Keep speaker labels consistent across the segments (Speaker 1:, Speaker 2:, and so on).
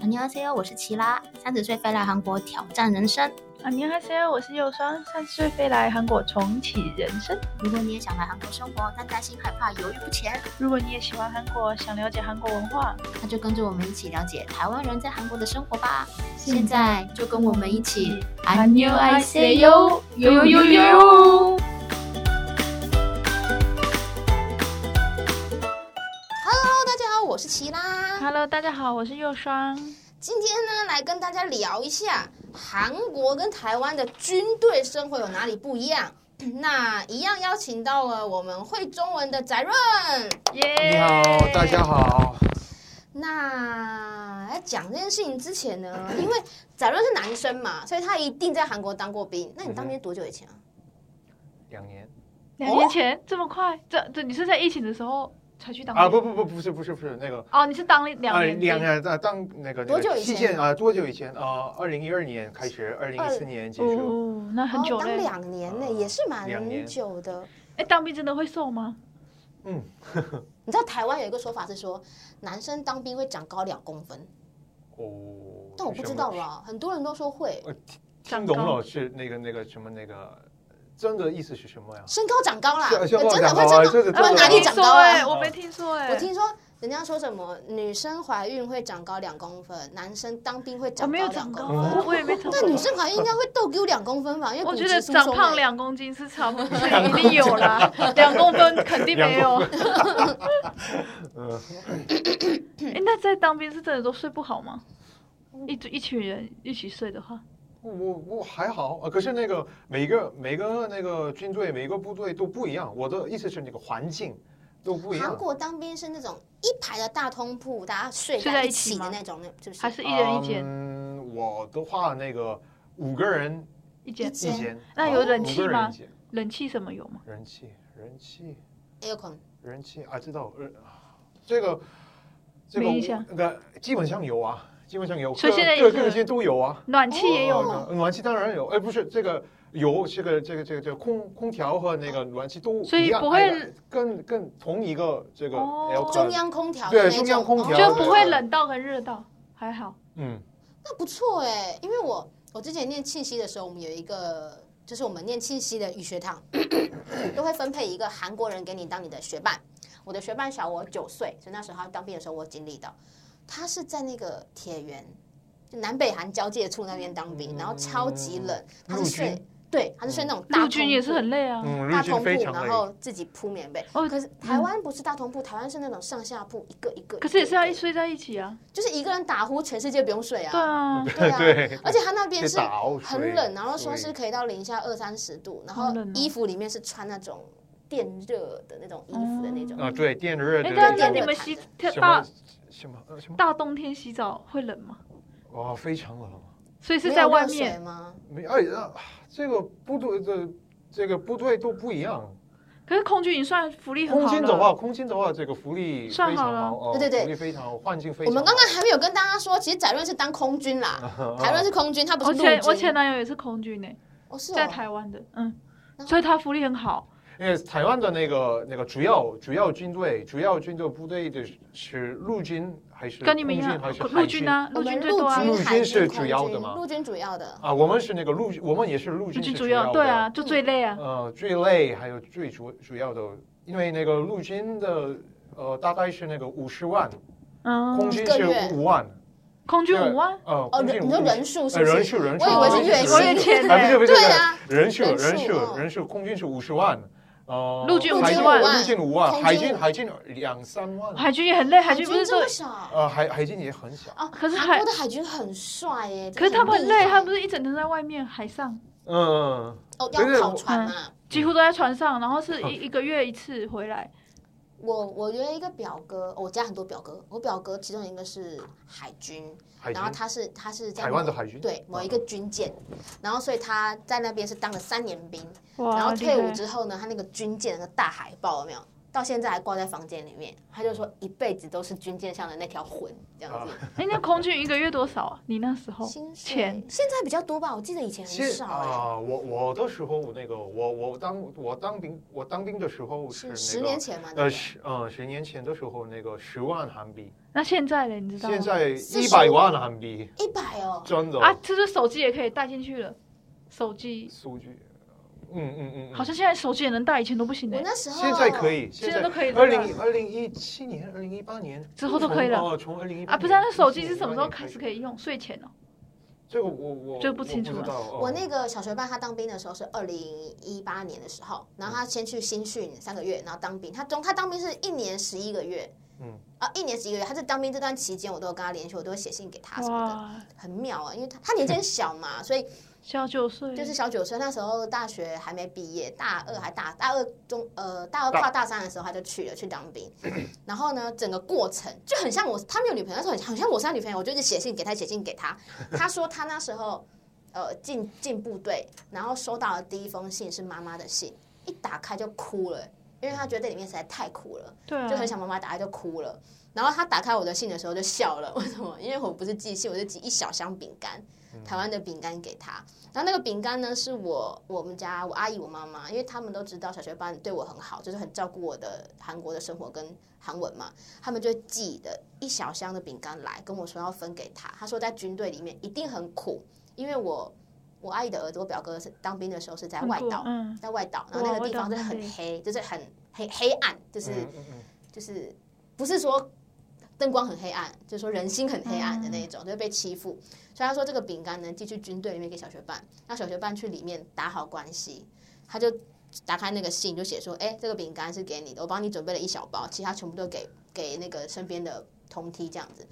Speaker 1: 안녕하세요，我是齐拉，三十岁飞来韩国挑战人生。
Speaker 2: 啊，你好，C 我是右双，三十岁飞来韩国重启人生。
Speaker 1: 如果你也想来韩国生活，但担心害怕、犹豫不前，
Speaker 2: 如果你也喜欢韩国，想了解韩国文化，
Speaker 1: 那就跟着我们一起了解台湾人在韩国的生活吧。现在就跟我们一起，안녕하세 요，呦呦呦。Hello，大家好，我是齐拉。
Speaker 2: ！Hello，大家好，我是右双。
Speaker 1: 今天呢，来跟大家聊一下韩国跟台湾的军队生活有哪里不一样。 那一样邀请到了我们会中文的翟润。
Speaker 2: 耶、
Speaker 3: 你好，大家。好。
Speaker 1: 那在哎讲这件事情之前呢，因为翟润是男生嘛，所以他一定在韩国当过兵。那你当兵多久以前啊？
Speaker 3: 两年
Speaker 2: 两年前、这么快？这这你是在疫情的时候才去当兵
Speaker 3: 啊，不不不，不是不是不是那个
Speaker 2: 哦，你是当了两
Speaker 3: 啊
Speaker 2: 年兵、哦
Speaker 3: 两年啊，当那个
Speaker 1: 多久以前
Speaker 3: 期间啊？多久以前啊？二零一二年开学，二零一四年结束。
Speaker 2: 哦，那很久
Speaker 1: 哦、
Speaker 2: 了。
Speaker 1: 当
Speaker 2: 哎、
Speaker 1: 两年呢、也是
Speaker 3: 两
Speaker 1: 蛮
Speaker 3: 年
Speaker 1: 久的。
Speaker 2: 当兵真的会瘦吗？
Speaker 3: 嗯，
Speaker 1: 你知道台湾有一个说法是说，男生当兵会长高两公分，
Speaker 3: 哦，
Speaker 1: 但我不知道啦，很多人都说会
Speaker 3: 什呃么。听懂了是那个那个什么那个，真的意思是什么呀？
Speaker 1: 身高长高啦，
Speaker 3: 是
Speaker 1: 真
Speaker 3: 身
Speaker 1: 的会
Speaker 3: 高长高
Speaker 1: 长
Speaker 3: 啊
Speaker 1: 高，
Speaker 3: 这个
Speaker 1: 不然
Speaker 3: 真的
Speaker 2: 我没
Speaker 1: 哪里
Speaker 2: 听
Speaker 1: 长
Speaker 2: 说
Speaker 1: 高
Speaker 2: 哎、
Speaker 1: 啊？
Speaker 2: 我没听说哎、
Speaker 1: 我听说人家说什么女生怀孕会长高两公分，男生当兵
Speaker 2: 我
Speaker 1: 会长
Speaker 2: 没
Speaker 1: 高
Speaker 2: 有长
Speaker 1: 两
Speaker 2: 高
Speaker 1: 公
Speaker 2: 啊，
Speaker 3: 哦
Speaker 1: 分。
Speaker 2: 我也没长高。
Speaker 1: 但女生怀孕应该会逗丢两公分 吧？因为
Speaker 2: 我
Speaker 1: 骨
Speaker 2: 觉
Speaker 1: 质
Speaker 2: 得
Speaker 1: 疏
Speaker 2: 长
Speaker 1: 松
Speaker 2: 胖
Speaker 1: 欸
Speaker 2: 两公斤是差不 多，一定有啦，两公分肯定没有。
Speaker 3: 嗯，
Speaker 2: 哎，那在当兵是真的都睡不好吗？
Speaker 1: 嗯
Speaker 2: 一组一群人一起睡的话，
Speaker 3: 我我还好啊，可是那个每个每个那个军队每个部队都不一样。我的意思是那个环境都不一样
Speaker 1: 韩。国当兵是那种一排的大通铺，大家睡
Speaker 2: 睡
Speaker 1: 在
Speaker 2: 在
Speaker 1: 一
Speaker 2: 一起
Speaker 1: 起的
Speaker 2: 吗
Speaker 1: 那种，那是不
Speaker 2: 还
Speaker 1: 是？
Speaker 2: 是一人一间
Speaker 3: 嗯，我的话那个五个人
Speaker 2: 一
Speaker 1: 一
Speaker 2: 间
Speaker 3: 一啊
Speaker 1: 间
Speaker 3: 间。
Speaker 2: 那有冷气
Speaker 3: 五个人
Speaker 2: 吗
Speaker 3: 一间
Speaker 2: 冷气什么有吗？
Speaker 3: 人气，人气，
Speaker 1: 也有可能。
Speaker 3: 人气啊！知道，呃，这个，这个
Speaker 2: 没印象
Speaker 3: 我那个基本上有啊，基本上有，
Speaker 2: 所以
Speaker 3: 各
Speaker 2: 现在也
Speaker 3: 各
Speaker 2: 是
Speaker 3: 各个县都有啊，
Speaker 2: 暖气也有吗？
Speaker 1: 哦
Speaker 3: 呃暖气当然有，哎，不是这个有这个这个这个这个空空调和那个暖气都
Speaker 2: 所以
Speaker 3: 一样
Speaker 2: 不会
Speaker 3: 哎呀跟跟同一个这个
Speaker 2: 哦
Speaker 3: L
Speaker 1: 中央空调
Speaker 3: 对
Speaker 1: 的那
Speaker 3: 中央
Speaker 1: 种
Speaker 3: 空调
Speaker 1: 哦
Speaker 2: 就不会
Speaker 3: 对
Speaker 2: 冷到跟热到，还好。
Speaker 3: 嗯
Speaker 1: 那不错哎、因为我我之前念庆熙的时候，我们有一个就是我们念庆熙的语学堂， 都会分配一个韩国人给你当你的学伴。我的学伴小我九岁，所以那时候他当兵的时候我经历到，他是在那个铁原，就南北韩交界处那边当兵，
Speaker 3: 嗯
Speaker 1: 然后超级冷，他是
Speaker 3: 陆
Speaker 1: 睡
Speaker 3: 军
Speaker 1: 对，他是睡那种大
Speaker 2: 陆军也是
Speaker 1: 通铺
Speaker 2: 很累啊，
Speaker 3: 嗯，
Speaker 1: 大
Speaker 3: 日军
Speaker 1: 通铺，
Speaker 3: 非常
Speaker 1: 然
Speaker 3: 累，
Speaker 1: 后自己铺棉被。
Speaker 2: 哦
Speaker 1: 可是台湾不是大通铺，台湾是那种上下铺，一个一个。
Speaker 2: 可是也是
Speaker 1: 个
Speaker 2: 要
Speaker 1: 一
Speaker 2: 一
Speaker 1: 个
Speaker 2: 睡在一起啊。
Speaker 1: 就是一个人打呼，全世界不用睡啊。
Speaker 2: 对啊，
Speaker 1: 对啊，
Speaker 3: 对，
Speaker 1: 而且他那边
Speaker 3: 被
Speaker 1: 是
Speaker 3: 打哦
Speaker 1: 很冷，然后说
Speaker 3: 所以
Speaker 1: 是可以到零下二三十度，然后
Speaker 2: 好冷哦
Speaker 1: 衣服里面是穿那种电热的那种衣服的那种。
Speaker 3: 啊，对，电热的
Speaker 2: 哎，
Speaker 1: 对
Speaker 2: 但
Speaker 1: 对
Speaker 2: 是
Speaker 1: 对
Speaker 2: 你们
Speaker 1: 对
Speaker 2: 洗
Speaker 3: 什
Speaker 2: 大
Speaker 3: 么什么呃什么
Speaker 2: 大冬天洗澡会冷吗？
Speaker 3: 哇，非常冷。
Speaker 2: 所以是
Speaker 1: 没有
Speaker 2: 在外
Speaker 1: 热水
Speaker 2: 面，
Speaker 1: 吗？
Speaker 3: 没哎呀，这个部队的这个部队都不一样。
Speaker 2: 可是空军已经算福利很
Speaker 3: 空
Speaker 2: 好
Speaker 3: 军的
Speaker 2: 了。
Speaker 3: 话，空军的话，这个福利非
Speaker 2: 算
Speaker 3: 常
Speaker 2: 好了
Speaker 3: 好，哦
Speaker 1: 对对对
Speaker 3: 福利非常好，环境非
Speaker 1: 我
Speaker 3: 常
Speaker 1: 们
Speaker 3: 哦好。
Speaker 1: 刚刚还没有跟大家说，其实翟润是当空军啦，
Speaker 3: 刚
Speaker 1: 台湾是空军，他不是
Speaker 2: 我
Speaker 1: 陆
Speaker 2: 前我前
Speaker 1: 军。
Speaker 2: 男友也是空军呢，
Speaker 1: 哦，是
Speaker 2: 在
Speaker 1: 哦，
Speaker 2: 台湾的，嗯，
Speaker 1: 然后
Speaker 2: 所以他福利很好。
Speaker 3: 因为台湾的那个那个主要主要军队主要军队部队的是是陆军还是
Speaker 2: 跟你们一
Speaker 3: 空
Speaker 2: 样
Speaker 3: 军还，是
Speaker 2: 陆
Speaker 3: 海
Speaker 2: 军？啊，
Speaker 1: 我
Speaker 2: 陆
Speaker 1: 们
Speaker 2: 军
Speaker 1: 陆
Speaker 2: 最多啊，
Speaker 3: 陆
Speaker 1: 军、
Speaker 3: 军
Speaker 1: 海
Speaker 3: 是
Speaker 1: 军、
Speaker 3: 主
Speaker 1: 空
Speaker 3: 要的
Speaker 1: 军
Speaker 3: 吗
Speaker 1: 陆军主要的。
Speaker 3: 啊，我们是那个陆，我们也是陆
Speaker 2: 陆
Speaker 3: 军是
Speaker 2: 军
Speaker 3: 主
Speaker 2: 主
Speaker 3: 要
Speaker 2: 要
Speaker 3: 的
Speaker 2: 对啊，，就最累啊。
Speaker 3: 呃，最累还有最主主要的，因为那个陆军的呃大概是那个五十万，
Speaker 2: 嗯，
Speaker 3: 空军
Speaker 1: 一个
Speaker 3: 是
Speaker 1: 月
Speaker 3: 五万，
Speaker 2: 空军五万，
Speaker 3: 呃，
Speaker 1: 哦，
Speaker 3: 空军
Speaker 1: 人你说
Speaker 3: 五
Speaker 1: 人数是
Speaker 3: 呃，
Speaker 1: 不是？
Speaker 3: 人数人数，
Speaker 1: 我以为是
Speaker 2: 人
Speaker 1: 月
Speaker 2: 数我也
Speaker 1: 薪。
Speaker 2: 觉得
Speaker 3: 啊，不是不是，
Speaker 1: 对啊，
Speaker 3: 人数
Speaker 1: 人数
Speaker 3: 人
Speaker 1: 哦
Speaker 3: 数人数，空军是五十万，呃，
Speaker 2: 陆军
Speaker 3: 海
Speaker 2: 50
Speaker 1: 万
Speaker 3: 陆军五
Speaker 1: 空
Speaker 3: 万，海
Speaker 1: 军
Speaker 3: 军海军两三万，
Speaker 2: 海军也很累，海
Speaker 1: 海
Speaker 2: 军不是
Speaker 1: 这
Speaker 2: 说
Speaker 1: 么，少
Speaker 3: 呃，海海军也很小，
Speaker 1: 哦。
Speaker 2: 可是
Speaker 1: 韩
Speaker 2: 海
Speaker 1: 国，的海军很帅耶，
Speaker 2: 可是他们很累，他们不
Speaker 1: 是
Speaker 2: 是一整天在外面海上，
Speaker 3: 嗯，
Speaker 1: 哦
Speaker 3: 可
Speaker 1: 要
Speaker 3: 是
Speaker 1: 跑
Speaker 3: 我
Speaker 1: 船
Speaker 2: 嗯
Speaker 1: 嘛。
Speaker 2: 几乎都在船上，然后是一一个月一次回来。
Speaker 1: 我我约一个表哥，哦我家很多表哥，我表哥其中一个是海军，
Speaker 3: 海军
Speaker 1: 然后他是他是在
Speaker 3: 台湾
Speaker 1: 某
Speaker 3: 的海军嗯
Speaker 1: 对某一个军舰，然后所以他在那边是当了三年兵，
Speaker 2: 哇，
Speaker 1: 然后退
Speaker 2: 厉
Speaker 1: 伍
Speaker 2: 害
Speaker 1: 之后呢，他那个军舰的那个大海报有没有？到现在还挂在房间里面。他就说一辈子都是军舰上的那条魂，这样
Speaker 3: 啊
Speaker 1: 子。
Speaker 2: 哎，那空军一个月多少啊？你那时候
Speaker 1: 薪水
Speaker 2: 钱
Speaker 1: 现在比较多吧，我记得以前
Speaker 3: 其
Speaker 1: 很
Speaker 3: 实
Speaker 1: 少、欸。
Speaker 3: 啊，我我的时候我那个我我当我当兵我当兵的时候是那
Speaker 1: 是十
Speaker 3: 个
Speaker 1: 年前嘛？对
Speaker 3: 呃
Speaker 1: 不对
Speaker 3: 十嗯十年前的时候那个十万韩币，
Speaker 2: 那现在嘞，你知道吗？
Speaker 3: 现在一百
Speaker 1: 45
Speaker 3: 万韩币，
Speaker 1: 一百哦，
Speaker 3: 真的
Speaker 2: 啊，这是手机也可以带进去了，手机
Speaker 3: 数据，嗯嗯嗯，嗯
Speaker 2: 好像现在手机也能带，以前都不行
Speaker 1: 我
Speaker 2: 的。
Speaker 1: 那时候
Speaker 3: 现在可，以，
Speaker 2: 现在都可以
Speaker 3: 二
Speaker 2: 了
Speaker 3: 零二零一七年、二零一八年
Speaker 2: 之后都可以了
Speaker 3: 从哦，从二零一
Speaker 2: 啊，不是，那手机是什么时候开始可
Speaker 3: 以？
Speaker 2: 以用？睡前哦，
Speaker 3: 这个我我
Speaker 2: 这不清楚
Speaker 3: 我
Speaker 2: 了
Speaker 3: 知道哦
Speaker 1: 我那个小学伴他当兵的时候是二零一八年的时候，然后他先去新训三个月，然后当兵。他中他当兵是一年十一个月，
Speaker 3: 嗯
Speaker 1: 啊，一年十一个月。他在当兵这段期间，我都有跟他联系，我都会写信给他什么的，
Speaker 2: 哇，
Speaker 1: 很妙啊。因为他他年纪很小嘛，所以
Speaker 2: 小九岁，
Speaker 1: 就是小九岁，那时候大学还没毕业，大二还大大二中呃大二跨大三的时候他就去了去当兵，然后呢，整个过程就很像我他没有女朋友，那时候很很像我是他女朋友，我就一直写信给他写信给他，他说他那时候呃进进部队，然后收到的第一封信是妈妈的信，一打开就哭了，因为他觉得里面实在太苦了。
Speaker 2: 对啊
Speaker 1: 就，很想妈妈打开就哭了。然后他打开我的信的时候就笑了， 为什么？因为我不是寄信，我是寄一小箱饼干，台湾的饼干给他。然后那个饼干呢，是我我们家我阿姨我妈妈，因为他们都知道小学班对我很好，就是很照顾我的韩国的生活跟韩文嘛，他们就寄的一小箱的饼干来跟我说要分给他。他说在军队里面一定很苦，因为我我阿姨的儿子我表哥是当兵的时候是在
Speaker 2: 很
Speaker 1: 外
Speaker 2: 酷
Speaker 1: 岛，
Speaker 2: 嗯，
Speaker 1: 在外岛，然
Speaker 2: 哇
Speaker 1: 后那个
Speaker 2: 外
Speaker 1: 地
Speaker 2: 岛
Speaker 1: 方是
Speaker 2: 很
Speaker 1: 很
Speaker 2: 黑
Speaker 1: 黑，就是很黑黑暗，就是。
Speaker 3: 嗯嗯嗯
Speaker 1: 就是不是说灯光很黑暗，就是说人心很黑暗的那一种，就会被欺负。所以他说这个饼干呢，寄去军队里面给小学办，让小学办去里面打好关系。他就打开那个信，就写说：“哎、这个饼干是给你的，我帮你准备了一小包，其他全部都给给那个身边的同梯这样子。”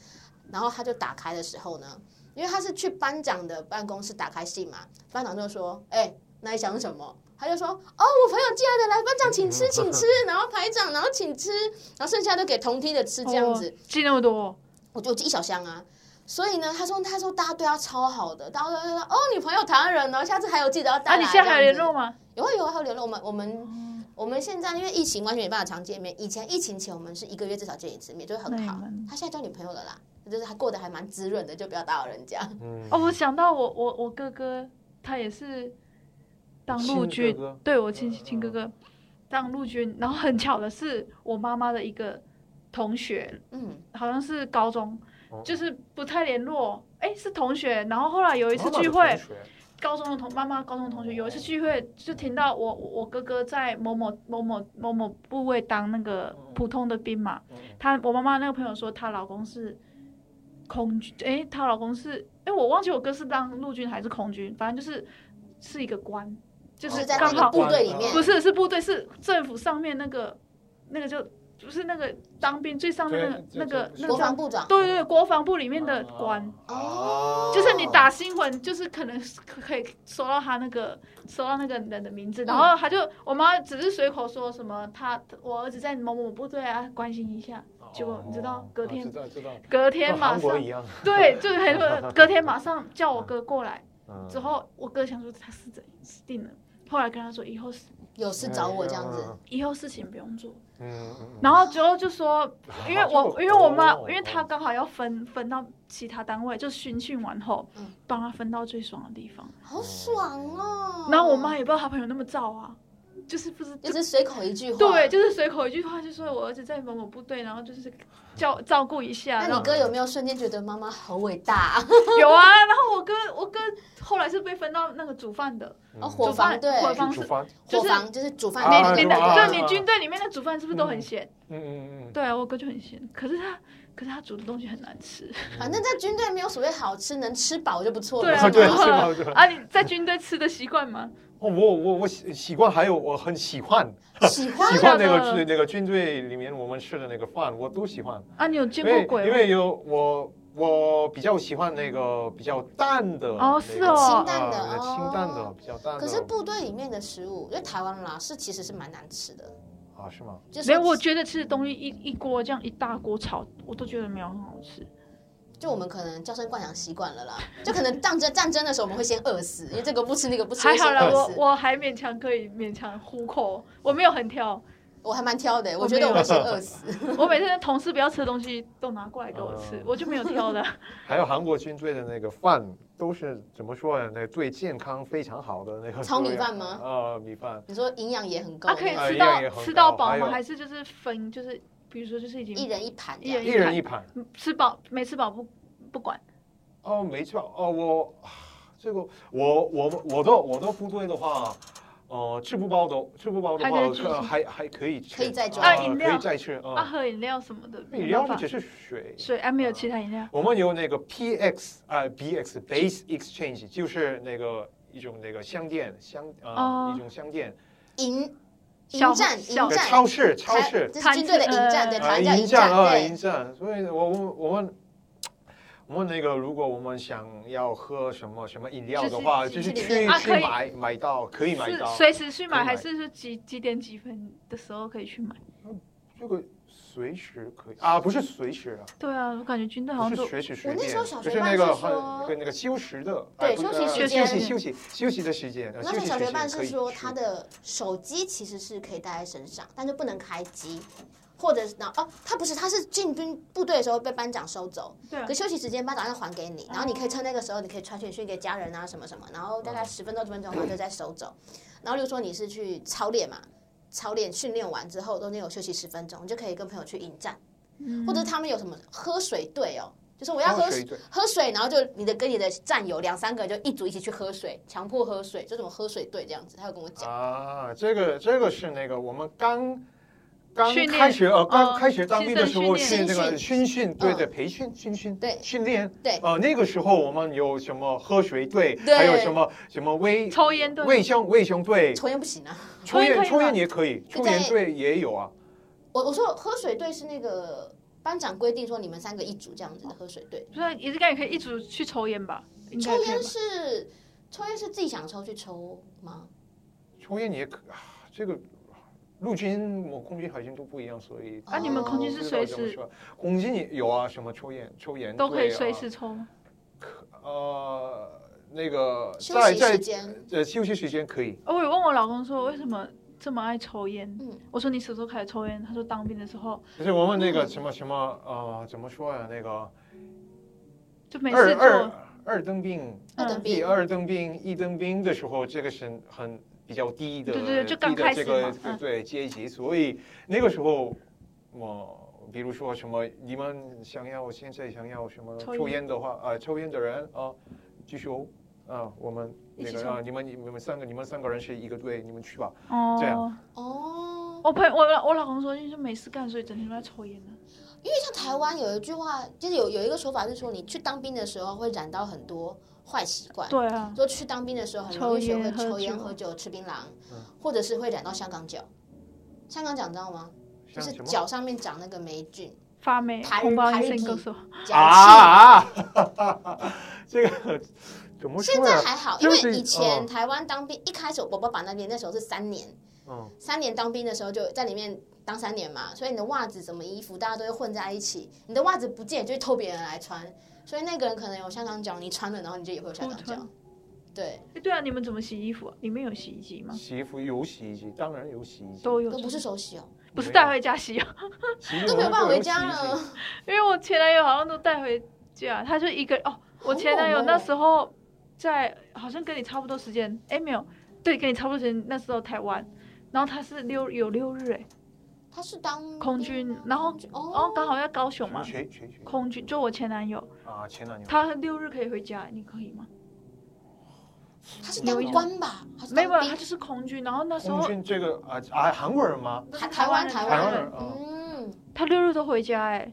Speaker 1: 然后他就打开的时候呢，因为他是去班长的办公室打开信嘛，班长就说：“哎、那你想什么？”他就说：“哦，我朋友寄来的，来班长请吃，请吃。然后排长，然后请吃，然后剩下都给同梯的吃这样子。
Speaker 2: 哦，记那么多，
Speaker 1: 我就我就一小箱啊。所以呢，他说他说大家对他超好的，大家都说哦，你朋友台湾人哦，下次还有记得要带
Speaker 2: 啊，
Speaker 1: 来。
Speaker 2: 你现在还有
Speaker 1: 这
Speaker 2: 联
Speaker 1: 样子
Speaker 2: 络哦吗？
Speaker 1: 有啊有啊，还有联络。我们我们我们现在因为疫情完全没办法常见面，以前疫情前我们是一个月至少见一次面，就会
Speaker 2: 那
Speaker 1: 很
Speaker 2: 也
Speaker 1: 好
Speaker 2: 蛮。
Speaker 1: 他现在交女朋友了啦，就是他过得还蛮滋润的，就不要打扰人 家。
Speaker 3: 嗯
Speaker 2: 哦，我想到我我我哥哥，他也是当陆军
Speaker 3: 亲，哥哥
Speaker 2: 对我亲亲哥哥当陆军，然后很巧的是，我妈妈的一个同学，
Speaker 1: 嗯，
Speaker 2: 好像是高中
Speaker 3: 哦，
Speaker 2: 就是不太联络，哎，是同学，然后后来有一次聚
Speaker 3: 妈妈
Speaker 2: 会
Speaker 3: 的，同学
Speaker 2: 高中的同妈妈高中同学有一次聚会就听到我我我哥哥在某某某某某某部位当那个普通的兵嘛，
Speaker 3: 嗯嗯
Speaker 2: 她我妈妈那个朋友说，她老公是空军，诶，她老公是，诶，我忘记我哥是当陆军还是空军，反正就是是一个官，就
Speaker 1: 就是是哦在
Speaker 2: 刚
Speaker 1: 那个
Speaker 2: 好
Speaker 1: 部队里面
Speaker 2: 不是是部队，是政府上面那个那个就不是那个当兵最上面
Speaker 3: 对
Speaker 2: 那个
Speaker 3: 就
Speaker 2: 那个那
Speaker 1: 嗯国
Speaker 2: 个
Speaker 1: 防
Speaker 2: 叫，
Speaker 1: 部长。
Speaker 2: 对对对，国防部里面的官。
Speaker 1: 哦
Speaker 2: 就是你打新闻，就是可能是可可以搜到他那个搜到那个人的名字，
Speaker 1: 嗯
Speaker 2: 然后他就我妈只是随口说什么他我儿子在某某部队啊，关心一下。结果你知道隔天
Speaker 3: 哦知道知道，
Speaker 2: 隔天
Speaker 3: 跟
Speaker 2: 马
Speaker 3: 韩国
Speaker 2: 上
Speaker 3: 一样，
Speaker 2: 对，就是很隔天马上叫我哥过来，
Speaker 3: 嗯
Speaker 2: 之后我哥想说他死定死定了，后来跟他说以后事
Speaker 1: 有事找我这样子，
Speaker 2: 以后事情不用做，
Speaker 3: 嗯，嗯嗯哦
Speaker 2: 然后之后就 说，因为我因为我妈，因为她
Speaker 3: 他
Speaker 2: 刚好要分分到其他单位，就军训完后
Speaker 1: 嗯
Speaker 2: 帮她分到最爽的地方。
Speaker 1: 好爽哦。
Speaker 2: 然后我妈也不知道她朋友那么燥啊，就是不知
Speaker 1: 就是随口一句话。
Speaker 2: 对，，就是随口一句话就说我儿子在某某部队，然后就是叫照顾一下。
Speaker 1: 那
Speaker 2: 然
Speaker 1: 你
Speaker 2: 后
Speaker 1: 哥有没有瞬间觉得妈妈好伟大、啊？
Speaker 2: 有啊，然后我哥我哥后来是被分到那个煮饭的，
Speaker 1: 哦，
Speaker 2: 煮
Speaker 1: 伙
Speaker 2: 饭
Speaker 1: 房对，
Speaker 2: 伙房
Speaker 3: 厨
Speaker 2: 是。
Speaker 3: 房，
Speaker 2: 就
Speaker 1: 伙
Speaker 2: 是
Speaker 1: 房就是煮饭
Speaker 3: 啊
Speaker 1: 那
Speaker 2: 你你
Speaker 1: 个
Speaker 3: 煮
Speaker 2: 的
Speaker 3: 饭
Speaker 2: 就
Speaker 3: 啊
Speaker 2: 你军队里面的煮饭是不是都很咸？
Speaker 3: 嗯嗯嗯
Speaker 2: 对啊，我哥就很咸，可是他可是他煮的东西很难吃。
Speaker 3: 嗯
Speaker 1: 反正在军队没有所谓好吃，能吃饱就不错
Speaker 2: 对
Speaker 1: 了。
Speaker 2: 啊，
Speaker 3: 对
Speaker 2: 然后
Speaker 3: 是吧是吧
Speaker 2: 啊，你在军队吃的习惯吗？
Speaker 3: 哦，我我我习习惯，还有我很喜欢
Speaker 2: 啊
Speaker 1: 喜 欢
Speaker 3: 喜
Speaker 2: 真
Speaker 3: 欢那
Speaker 2: 的
Speaker 3: 个那个军队里面我们吃的那个饭，我都喜欢。
Speaker 2: 啊，你有见
Speaker 3: 因
Speaker 2: 过
Speaker 3: 为
Speaker 2: 鬼
Speaker 3: 因
Speaker 2: 吗？
Speaker 3: 为有我我比较喜欢那个比较淡的
Speaker 2: 哦
Speaker 3: 那个
Speaker 2: 是哦
Speaker 1: 清淡的
Speaker 3: 呃清淡的
Speaker 1: 哦
Speaker 3: 比较淡的。
Speaker 1: 可是部队里面的食物，因为台湾啦是其实是蛮难吃的，
Speaker 3: 啊是吗？
Speaker 1: 就是
Speaker 2: 没有，我觉得吃的东西一一锅这样一大锅炒，我都觉得没有很好吃。
Speaker 1: 就我们可能娇生惯养习惯了啦，就可能战争战争的时候我们会先饿死，因为这个不吃那个不吃，
Speaker 2: 还好啦，
Speaker 1: 会先饿
Speaker 2: 我
Speaker 1: 死
Speaker 2: 我还勉强可以勉强糊口，我没有很挑，
Speaker 1: 我还蛮挑的，欸
Speaker 2: 我
Speaker 1: 我觉得我
Speaker 2: 没有
Speaker 1: 会 先饿死。
Speaker 2: 我每次同事不要吃的东西都拿过来给我吃
Speaker 3: 嗯，
Speaker 2: 我就没有挑的。
Speaker 3: 还有韩国军队的那个饭都是怎么说呢？那最健康非常好的那个
Speaker 1: 糙米
Speaker 3: 粥呀
Speaker 1: 饭吗
Speaker 3: 呃，米饭。
Speaker 1: 你说营养也很够
Speaker 2: 啊，，可以
Speaker 3: 哎
Speaker 2: 吃
Speaker 3: 一样
Speaker 2: 到
Speaker 3: 也很
Speaker 2: 吃到
Speaker 3: 高
Speaker 2: 饱
Speaker 3: 还有
Speaker 2: 吗？还是就是分就是，比如说就是已
Speaker 1: 一
Speaker 2: 经
Speaker 1: 人一盘这
Speaker 2: 一
Speaker 1: 样
Speaker 2: 人
Speaker 3: 一人一盘
Speaker 2: 吃饱没吃饱不不管。
Speaker 3: 哦，没错哦，我啊这个我我我的我的部队的话，呃，吃不饱的吃不饱的
Speaker 2: 还
Speaker 3: 话
Speaker 2: 可以继续，
Speaker 3: 呃还还可以吃，
Speaker 1: 可以再装
Speaker 2: 啊
Speaker 3: 呃
Speaker 2: 饮
Speaker 3: 可
Speaker 2: 料
Speaker 3: 以再吃
Speaker 2: 啊，
Speaker 3: 啊。
Speaker 2: 喝饮料什么的，
Speaker 3: 饮
Speaker 2: 没
Speaker 3: 料
Speaker 2: 办
Speaker 3: 不
Speaker 2: 法。
Speaker 3: 只是水，
Speaker 2: 水啊，没有其他饮料。
Speaker 3: 我们有那个 PX 啊、BX Base Exchange，就是那个一种那个商店商啊、
Speaker 2: 哦
Speaker 3: 一种商店，
Speaker 1: 营
Speaker 2: 小
Speaker 1: 营战
Speaker 2: 小
Speaker 1: 营
Speaker 3: 对
Speaker 1: 战
Speaker 3: 超市超
Speaker 1: 台
Speaker 3: 市
Speaker 1: 这是
Speaker 2: 团
Speaker 1: 军队的
Speaker 2: 战
Speaker 1: 营战，
Speaker 2: 呃
Speaker 1: 对，
Speaker 3: 啊，
Speaker 1: 台湾叫
Speaker 3: 营
Speaker 1: 营战，
Speaker 3: 啊
Speaker 1: 对
Speaker 3: 营，战，所以我我我们。我们那个，如果我们想要喝什么什么饮料的话，就
Speaker 1: 就是是
Speaker 3: 去
Speaker 1: 去里面
Speaker 2: 啊
Speaker 3: 去
Speaker 2: 可以
Speaker 3: 买买到，可以买
Speaker 2: 是
Speaker 3: 到。
Speaker 2: 随时去
Speaker 3: 可
Speaker 2: 买，
Speaker 3: 以买
Speaker 2: 还是说几几点几分的时候可以去买？
Speaker 3: 这个随时可以啊，不是随时啊，
Speaker 2: 对啊，我感觉军队好
Speaker 3: 不
Speaker 2: 像
Speaker 3: 是
Speaker 2: 都
Speaker 3: 随时随
Speaker 1: 我
Speaker 3: 便。
Speaker 1: 那时候小
Speaker 3: 就
Speaker 1: 学
Speaker 3: 是
Speaker 1: 班
Speaker 3: 那个
Speaker 1: 是
Speaker 3: 很
Speaker 1: 说
Speaker 3: 跟那个休息的，
Speaker 1: 对
Speaker 3: 哎不
Speaker 1: 休
Speaker 3: 是
Speaker 1: 息
Speaker 2: 时
Speaker 3: 呃休
Speaker 2: 间
Speaker 3: 息休息休息的时间。呃
Speaker 1: 我那时候小
Speaker 3: 休息
Speaker 1: 学
Speaker 3: 时间
Speaker 1: 班是
Speaker 3: 可以
Speaker 1: 说
Speaker 3: 吃
Speaker 1: 他的手机其实是可以带在身上，但就不能开机，或者是那哦，他不是，他是进军部队的时候被班长收走，
Speaker 2: 对啊哦
Speaker 1: 可，休息时间班长要还给你，然后你可以趁那个时候，你可以传简讯给家人啊什么什么，然后大
Speaker 3: 哦
Speaker 1: 概十分钟、几分钟，然后就再收走。然后例如说你是去操练嘛，操练训练完之后中间有休息十分钟，你就可以跟朋友去迎战，
Speaker 2: 嗯
Speaker 1: 或者他们有什么喝水队哦，就是我要喝
Speaker 3: 喝水队
Speaker 1: 喝水，然后就你的跟你的战友两三个就一组一起去喝水，强迫喝水，就什么喝水队这样子，他有跟我讲。
Speaker 3: 啊，这个这个是那个我们刚刚
Speaker 2: 训练
Speaker 3: 开学呃刚
Speaker 2: 哦
Speaker 3: 开学当兵的时候
Speaker 2: 新
Speaker 1: 生训
Speaker 3: 去
Speaker 1: 练
Speaker 3: 那个军训对
Speaker 1: 嗯
Speaker 3: 对培训军训
Speaker 1: 对
Speaker 3: 训练
Speaker 1: 对
Speaker 3: 呃那个时候我们有什么喝水队，
Speaker 1: 对
Speaker 3: 还有什么什么卫
Speaker 2: 抽烟队
Speaker 3: 卫生卫生队，
Speaker 1: 抽烟不行啊！
Speaker 3: 抽
Speaker 2: 抽烟
Speaker 3: 烟
Speaker 2: 可以吗
Speaker 3: 抽烟也可以，
Speaker 1: 就
Speaker 3: 抽烟
Speaker 1: 在
Speaker 3: 队也有啊。
Speaker 1: 我我说喝水队是那个班长规定说你们三个一组这样子的喝水队，
Speaker 2: 不是啊也是感觉可以一组去抽烟吧？应该
Speaker 1: 抽
Speaker 2: 可以
Speaker 1: 烟
Speaker 2: 吧
Speaker 1: 是抽烟是自己想抽去抽吗？
Speaker 3: 抽烟也可啊，这个陆军、我空军、海军都不一样，所以
Speaker 1: 啊你们空军
Speaker 2: 是
Speaker 3: 不知道
Speaker 2: 随
Speaker 3: 怎么
Speaker 2: 时
Speaker 3: 说，空军也有啊，什么抽烟、抽烟、啊
Speaker 2: 都
Speaker 1: 啊
Speaker 2: 可以随。时抽吗？
Speaker 3: 呃，那个
Speaker 1: 休
Speaker 3: 在
Speaker 1: 息时
Speaker 3: 在
Speaker 1: 间
Speaker 3: 呃休息时间可以，
Speaker 2: 哦我有问我老公说为什么这么爱抽烟
Speaker 1: 嗯？
Speaker 2: 我说你什么时候开始抽烟？他说当兵的时候
Speaker 3: 就是我们那
Speaker 2: 嗯
Speaker 3: 个什么什么呃，怎么说呀、那个
Speaker 2: 就没
Speaker 3: 二
Speaker 2: 事
Speaker 3: 二
Speaker 2: 做，
Speaker 3: 二等兵、
Speaker 1: 二等
Speaker 3: 一
Speaker 1: 兵，
Speaker 3: 二等兵、一等兵的时候，这个是很比较低的，
Speaker 2: 对对对就
Speaker 3: 低
Speaker 2: 刚
Speaker 3: 的
Speaker 2: 开
Speaker 3: 这
Speaker 2: 始
Speaker 3: 个
Speaker 2: 嘛嗯
Speaker 3: 对阶级，所以那个时候我。比如说什么，你们想要现在想要什么
Speaker 2: 抽
Speaker 3: 抽
Speaker 2: 烟
Speaker 3: 烟的话，呃，抽烟的人啊，继续哦，啊，我们
Speaker 2: 一
Speaker 3: 那
Speaker 2: 起
Speaker 3: 个
Speaker 2: 抽
Speaker 3: 啊，你们你们三个你们三个人是一个队，你们去吧。这
Speaker 2: 哦
Speaker 3: 样。
Speaker 1: 哦，
Speaker 2: 我朋友我老我老公说因为没事干，所以整天都在抽烟呢。
Speaker 1: 因为像台湾有一句话，就是有有一个说法是说你去当兵的时候会染到很多坏习惯。
Speaker 2: 对啊，
Speaker 1: 说去当兵的时候很容易学
Speaker 2: 抽
Speaker 1: 会
Speaker 2: 烟
Speaker 1: 抽烟、
Speaker 2: 喝
Speaker 1: 喝酒、吃槟榔
Speaker 3: 嗯，
Speaker 1: 或者是会染到香港脚。香港脚你知道吗？就
Speaker 3: 像
Speaker 1: 是
Speaker 3: 什么
Speaker 1: 脚上面长那个霉菌，
Speaker 2: 发霉，
Speaker 1: 排
Speaker 2: 红包
Speaker 1: 排
Speaker 2: 一
Speaker 1: 日
Speaker 2: 声歌
Speaker 1: 记
Speaker 2: 手，
Speaker 1: 脚气。
Speaker 3: 啊， 这个怎么
Speaker 1: 现
Speaker 3: 说
Speaker 1: 在
Speaker 3: 呀？
Speaker 1: 还好，因
Speaker 3: 就是
Speaker 1: 为以前
Speaker 3: 嗯
Speaker 1: 台湾当兵一开始，我爸爸把那边那时候是三年，
Speaker 3: 嗯，
Speaker 1: 三年当兵的时候就在里面当三年嘛，所以你的袜子、什么衣服，大家都会混在一起。你的袜子不见，就会偷别人来穿，所以那个人可能有香港脚，你穿了，然后你就也会有香港
Speaker 2: 偷
Speaker 1: 脚
Speaker 2: 穿。
Speaker 1: 对，
Speaker 2: 诶对啊，你们怎么洗衣服啊？里面有洗衣机吗？
Speaker 3: 洗衣服有洗衣机，当然有洗衣机，
Speaker 2: 都有
Speaker 1: 都，不是手洗哦，
Speaker 2: 不是带回家洗啊，
Speaker 3: 洗衣服
Speaker 1: 都没有办法
Speaker 3: 有
Speaker 1: 回家
Speaker 3: 洗衣机
Speaker 1: 了。
Speaker 2: 因为我前男友好像都带回家，他就一个哦，我前男友
Speaker 1: 好猛哦
Speaker 2: 那时候在好像跟你差不多时间，哎没有，对，跟你差不多时间，那时候台湾，然后他是六有六日哎，
Speaker 1: 他是当
Speaker 2: 空
Speaker 1: 兵
Speaker 2: 军
Speaker 1: 吗，
Speaker 2: 然后然后
Speaker 1: 哦，
Speaker 2: 刚好在高雄嘛，
Speaker 3: 谁谁谁
Speaker 2: 空军就我前男友，
Speaker 3: 嗯啊？前男友
Speaker 2: 他六日可以回家，你可以吗？
Speaker 1: 他是
Speaker 2: 有
Speaker 1: 当
Speaker 2: 一种
Speaker 1: 官吧？还是
Speaker 2: 没有，没
Speaker 1: 当
Speaker 2: 有，他
Speaker 1: 兵
Speaker 2: 就是空军，然后那时
Speaker 3: 空
Speaker 2: 候
Speaker 3: 军这个啊啊，韩国人吗？
Speaker 2: 那是
Speaker 1: 台台湾
Speaker 2: 人
Speaker 1: 台
Speaker 3: 台湾
Speaker 1: 湾
Speaker 3: 人
Speaker 1: 人，
Speaker 3: 啊
Speaker 1: 嗯，
Speaker 2: 他六日都回家哎，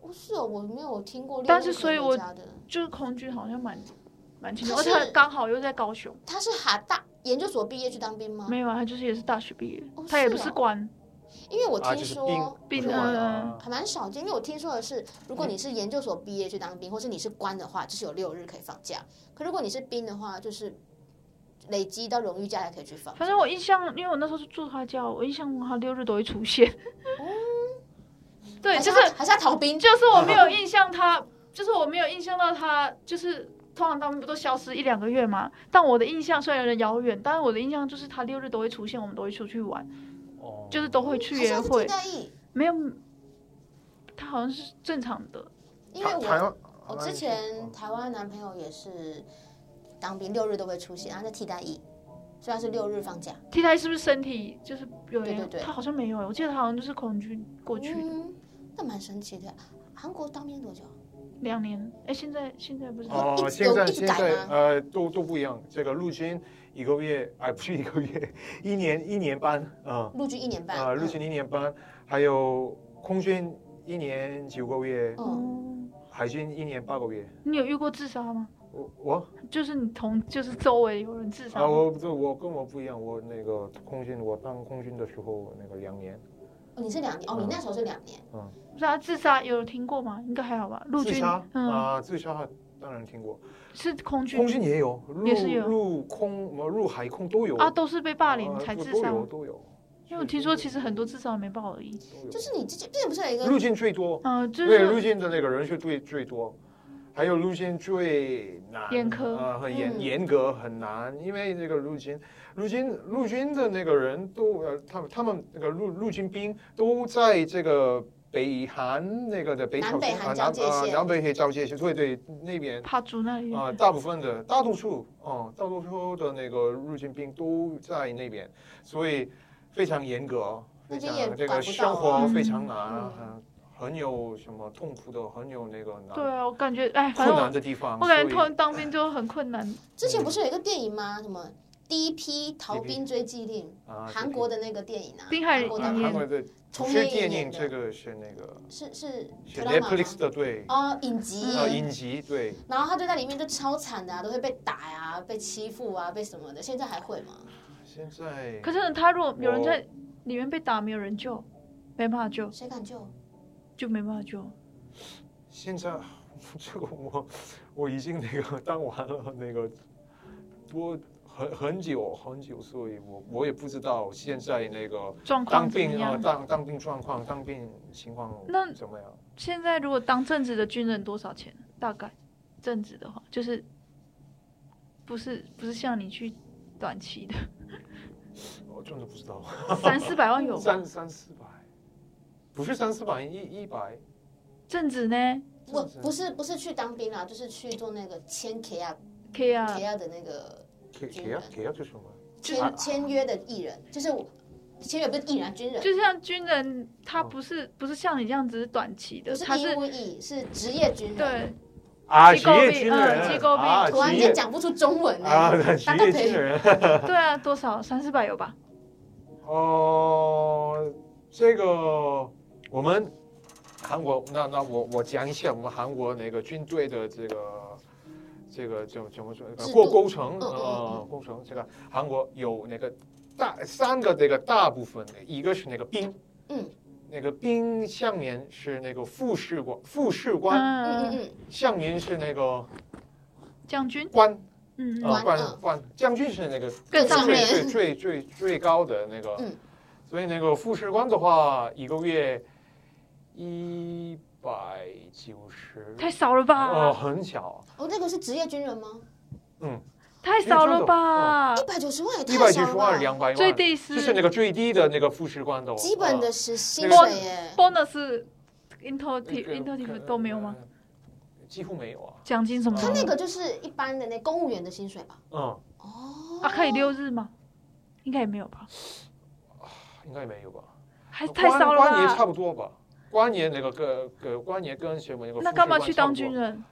Speaker 1: 不是哦，我没有听过。
Speaker 2: 但是所以我
Speaker 1: 的
Speaker 2: 就是空军好像蛮蛮轻松，
Speaker 1: 他
Speaker 2: 而且
Speaker 1: 是
Speaker 2: 他刚好又在高雄。
Speaker 1: 他是哈大研究所毕业去当兵吗？
Speaker 2: 没有啊，他就是也是大学毕业的，
Speaker 1: 嗯哦
Speaker 2: 他也
Speaker 1: 是
Speaker 2: 不是
Speaker 1: 哦
Speaker 2: 官，
Speaker 1: 因为我
Speaker 3: 啊，
Speaker 1: 听
Speaker 3: 就是
Speaker 1: 说、
Speaker 3: 兵
Speaker 2: 兵
Speaker 3: 啊，
Speaker 1: 还蛮少见，因为我听说的是，如果你是研究所毕业去当兵，或是你是官的话，就是有六日可以放假。可如果你是兵的话，就是累积到荣誉假才可以去放。
Speaker 2: 反正我印象，因为我那时候是住他家，我印象中他六日都会出现。对，
Speaker 1: 还
Speaker 2: 就是是
Speaker 1: 哦他嗯还是要逃兵，
Speaker 2: 就是我没有印象他，就是我没有印象到他，就是通常他们不都消失一两个月嘛？但我的印象虽然有点遥远，但是我的印象就是他六日都会出现，我们都会出去玩。
Speaker 3: 哦，
Speaker 2: 就是都会去
Speaker 1: 好
Speaker 2: 约
Speaker 1: 像是
Speaker 2: 会
Speaker 1: 替，代役，
Speaker 2: 没有，他好像是正常的，
Speaker 1: 因为
Speaker 3: 台台
Speaker 1: 我
Speaker 3: 湾，
Speaker 1: 我
Speaker 3: 啊
Speaker 1: 之
Speaker 3: 你说
Speaker 1: 前台湾男朋友也是当兵，六日都会出现，他是替代役，虽然是六日放假。
Speaker 2: 替代是不是身体就是有点？
Speaker 1: 对对对
Speaker 2: 他好像没有、我记得他好像就是空军过去的
Speaker 1: 嗯，那蛮神奇的。韩国当兵多久？
Speaker 2: 两年，哎，现在现在不是、
Speaker 1: 哦一
Speaker 3: 哦，
Speaker 1: 直
Speaker 3: 现在
Speaker 1: 有一直
Speaker 3: 现
Speaker 1: 改
Speaker 3: 在
Speaker 1: 吗
Speaker 3: 呃都都不一样，这个陆军一个月，哎不是一个月， 一年一年班，嗯
Speaker 1: 陆军一年半。
Speaker 3: 呃陆
Speaker 1: 嗯
Speaker 3: 军一年班，还有空军一年九个月，
Speaker 2: 哦
Speaker 1: 嗯，
Speaker 3: 海军一年八个月。
Speaker 2: 你有遇过自杀吗？
Speaker 3: 我我
Speaker 2: 就是你同就是周围有人自杀吗、
Speaker 3: 啊我这我跟我不一样，我那个空军我当空军的时候那个两年，
Speaker 1: 哦你是两年哦，
Speaker 3: 嗯
Speaker 1: 你那时候是两年。
Speaker 2: 不是啊，自杀有听过吗？应该还好吧。陆
Speaker 3: 自
Speaker 2: 军
Speaker 3: 杀，
Speaker 2: 嗯、
Speaker 3: 啊自杀当然听过，
Speaker 2: 是空军
Speaker 3: 空军也有，陆
Speaker 2: 也是有
Speaker 3: 陆空呃陆海空都有
Speaker 2: 啊，都是被霸凌
Speaker 3: 啊
Speaker 2: 才自
Speaker 3: 都
Speaker 2: 杀。
Speaker 3: 有都有，嗯
Speaker 2: 因为我听说其实很多自杀没报而已。
Speaker 3: 都有
Speaker 1: 就是你之前之前不是有一个
Speaker 3: 陆军最多。
Speaker 2: 嗯、就
Speaker 3: 对陆
Speaker 2: 是
Speaker 3: 军的那个人数最最多，还有陆军最难
Speaker 2: 严苛
Speaker 3: 啊、很严、
Speaker 1: 嗯
Speaker 3: 严格很难，因为那个陆军陆军陆军的那个人都呃，他们他们那个陆陆军兵都在这个北韩那个的北朝
Speaker 1: 南北
Speaker 3: 鲜啊
Speaker 1: 韩交界
Speaker 3: 啊
Speaker 1: 线
Speaker 3: 南北黑交界线，对对那边。
Speaker 2: 帕竹那里、
Speaker 1: 嗯
Speaker 3: 啊、大部分的大多数啊、大多数的那个陆军兵都在那边，所以非常严格，哦非
Speaker 1: 那边也
Speaker 3: 常这
Speaker 1: 管
Speaker 3: 个
Speaker 1: 不到
Speaker 3: 生活
Speaker 2: 啊
Speaker 3: 非常难啊，
Speaker 1: 嗯
Speaker 3: 很很有什么痛苦的，很有那个难
Speaker 2: 对啊，我感觉哎，反
Speaker 3: 困
Speaker 2: 正
Speaker 3: 难
Speaker 2: 我
Speaker 3: 的地方。
Speaker 2: 我感觉
Speaker 3: 所以
Speaker 2: 当当兵就很困难。
Speaker 1: 之前不是有一个电影吗？什么第一批逃兵追缉令，
Speaker 3: 啊，
Speaker 1: 韩国的那个电影啊，
Speaker 2: 丁海
Speaker 1: 韩国的
Speaker 3: 啊
Speaker 2: 演
Speaker 1: 那
Speaker 3: 韩
Speaker 1: 个
Speaker 3: 国的
Speaker 1: 重
Speaker 3: 不
Speaker 1: 演
Speaker 3: 是电
Speaker 1: 演
Speaker 3: 影，
Speaker 1: 的
Speaker 3: 这个是那个
Speaker 1: 是是
Speaker 3: 是
Speaker 1: drama 吗
Speaker 3: Netflix 的对
Speaker 1: 哦影集，
Speaker 3: 啊影集对，
Speaker 1: 然后他就在里面就超惨的啊，都会被打呀、被欺负啊、被什么的。现在还会吗？
Speaker 3: 现在
Speaker 2: 可是他如果有人在里面被打，没有人救，没办法救，
Speaker 1: 谁敢救？
Speaker 2: 就没办法救。
Speaker 3: 现在这个我我已经那个当完了那个多很很久很久，所以我我也不知道现在那个
Speaker 2: 状
Speaker 3: 当
Speaker 2: 况怎么
Speaker 3: 兵啊
Speaker 2: 样？
Speaker 3: 当当兵状况当兵情况
Speaker 2: 那
Speaker 3: 怎么样？
Speaker 2: 现在如果当正职的军人多少钱？大概正职的话，就是不是不是像你去短期的
Speaker 3: 我真的不知道，
Speaker 2: 三四百万有吧？
Speaker 3: 三三四百，不是三四百一一百。
Speaker 2: 正职呢
Speaker 1: 我
Speaker 3: 是
Speaker 1: 不是不是去当兵啊，就是去做那个签 K 啊
Speaker 2: 可以啊，
Speaker 1: K 啊的那个
Speaker 3: 给
Speaker 1: 军
Speaker 3: 给
Speaker 1: 人
Speaker 3: 啊给啊是什么？
Speaker 1: 签签约的艺人，就是我签约不是艺人啊，军人，
Speaker 2: 就像军人，他
Speaker 3: 哦
Speaker 2: 不是不是像你这样只是短期的
Speaker 1: 不，是
Speaker 2: 他
Speaker 1: 义
Speaker 2: 是
Speaker 1: 务役，是职业军人。
Speaker 2: 对
Speaker 3: 啊，
Speaker 2: 机
Speaker 3: 职
Speaker 2: 构
Speaker 3: 业
Speaker 2: 兵
Speaker 3: 军
Speaker 2: 嗯
Speaker 3: 人，
Speaker 2: 机构兵
Speaker 3: 啊
Speaker 1: 突然
Speaker 3: 职
Speaker 1: 间
Speaker 3: 业
Speaker 1: 讲不出中文呢、
Speaker 3: 啊，对职
Speaker 1: 大概
Speaker 3: 业军
Speaker 1: 可以。
Speaker 3: 人。
Speaker 2: 对啊，多少三四百有吧？
Speaker 3: 哦，这个我们韩国，那那我我讲一下我们韩国那个军队的这个这个怎么怎么说
Speaker 1: 制？度
Speaker 3: 过工程
Speaker 1: 嗯嗯
Speaker 3: 呃，工程这个韩国有那个大三个这个大部分，一个是那个兵，
Speaker 1: 嗯，
Speaker 3: 那个兵下面是那个副士官，副士官
Speaker 1: 嗯
Speaker 2: 嗯，
Speaker 1: 嗯
Speaker 3: 下面是那个
Speaker 2: 将军，
Speaker 3: 官
Speaker 2: 嗯
Speaker 3: 啊，
Speaker 1: 官
Speaker 3: 冠
Speaker 1: 嗯
Speaker 3: 冠将军是那个
Speaker 2: 更上
Speaker 3: 最
Speaker 1: 面
Speaker 3: 最最最最高的那个，
Speaker 1: 嗯
Speaker 3: 所以那个副士官的话，一个月一百九十，
Speaker 2: 太少了
Speaker 3: 呃，
Speaker 2: 吧？
Speaker 3: 很小
Speaker 1: 嗯，，哦，那个是职业军人吗？
Speaker 2: 太少了吧？
Speaker 1: 一百九十万也
Speaker 3: 一
Speaker 1: 太
Speaker 3: 百九
Speaker 1: 少
Speaker 3: 十
Speaker 1: 了
Speaker 3: 万
Speaker 1: 吧，
Speaker 3: 两百万，
Speaker 2: 最低
Speaker 3: 这
Speaker 2: 是
Speaker 3: 是那个最低的那个副士官的哦
Speaker 1: 基本的
Speaker 3: 啊
Speaker 1: 时薪
Speaker 3: 那个
Speaker 1: 水耶。
Speaker 2: bonus、inter
Speaker 3: 那呃个
Speaker 2: inter 都没有吗？？
Speaker 3: 呃几乎没有啊，
Speaker 2: 奖金什么
Speaker 1: 他
Speaker 2: 的？
Speaker 1: 那个就是一般的那公务员的薪水吧？
Speaker 3: 嗯，
Speaker 1: 哦，
Speaker 2: 啊，可以六日吗？应该也没有吧？
Speaker 3: 应该没有吧？
Speaker 2: 还
Speaker 3: 官
Speaker 2: 哎太少了
Speaker 3: 官爷
Speaker 2: 吧？
Speaker 3: 差不多吧？官爷那个个个官爷跟什么那个
Speaker 2: 那
Speaker 3: 副士
Speaker 2: 干嘛
Speaker 3: 官
Speaker 2: 去
Speaker 3: 差不
Speaker 2: 当
Speaker 3: 多
Speaker 2: 军？人？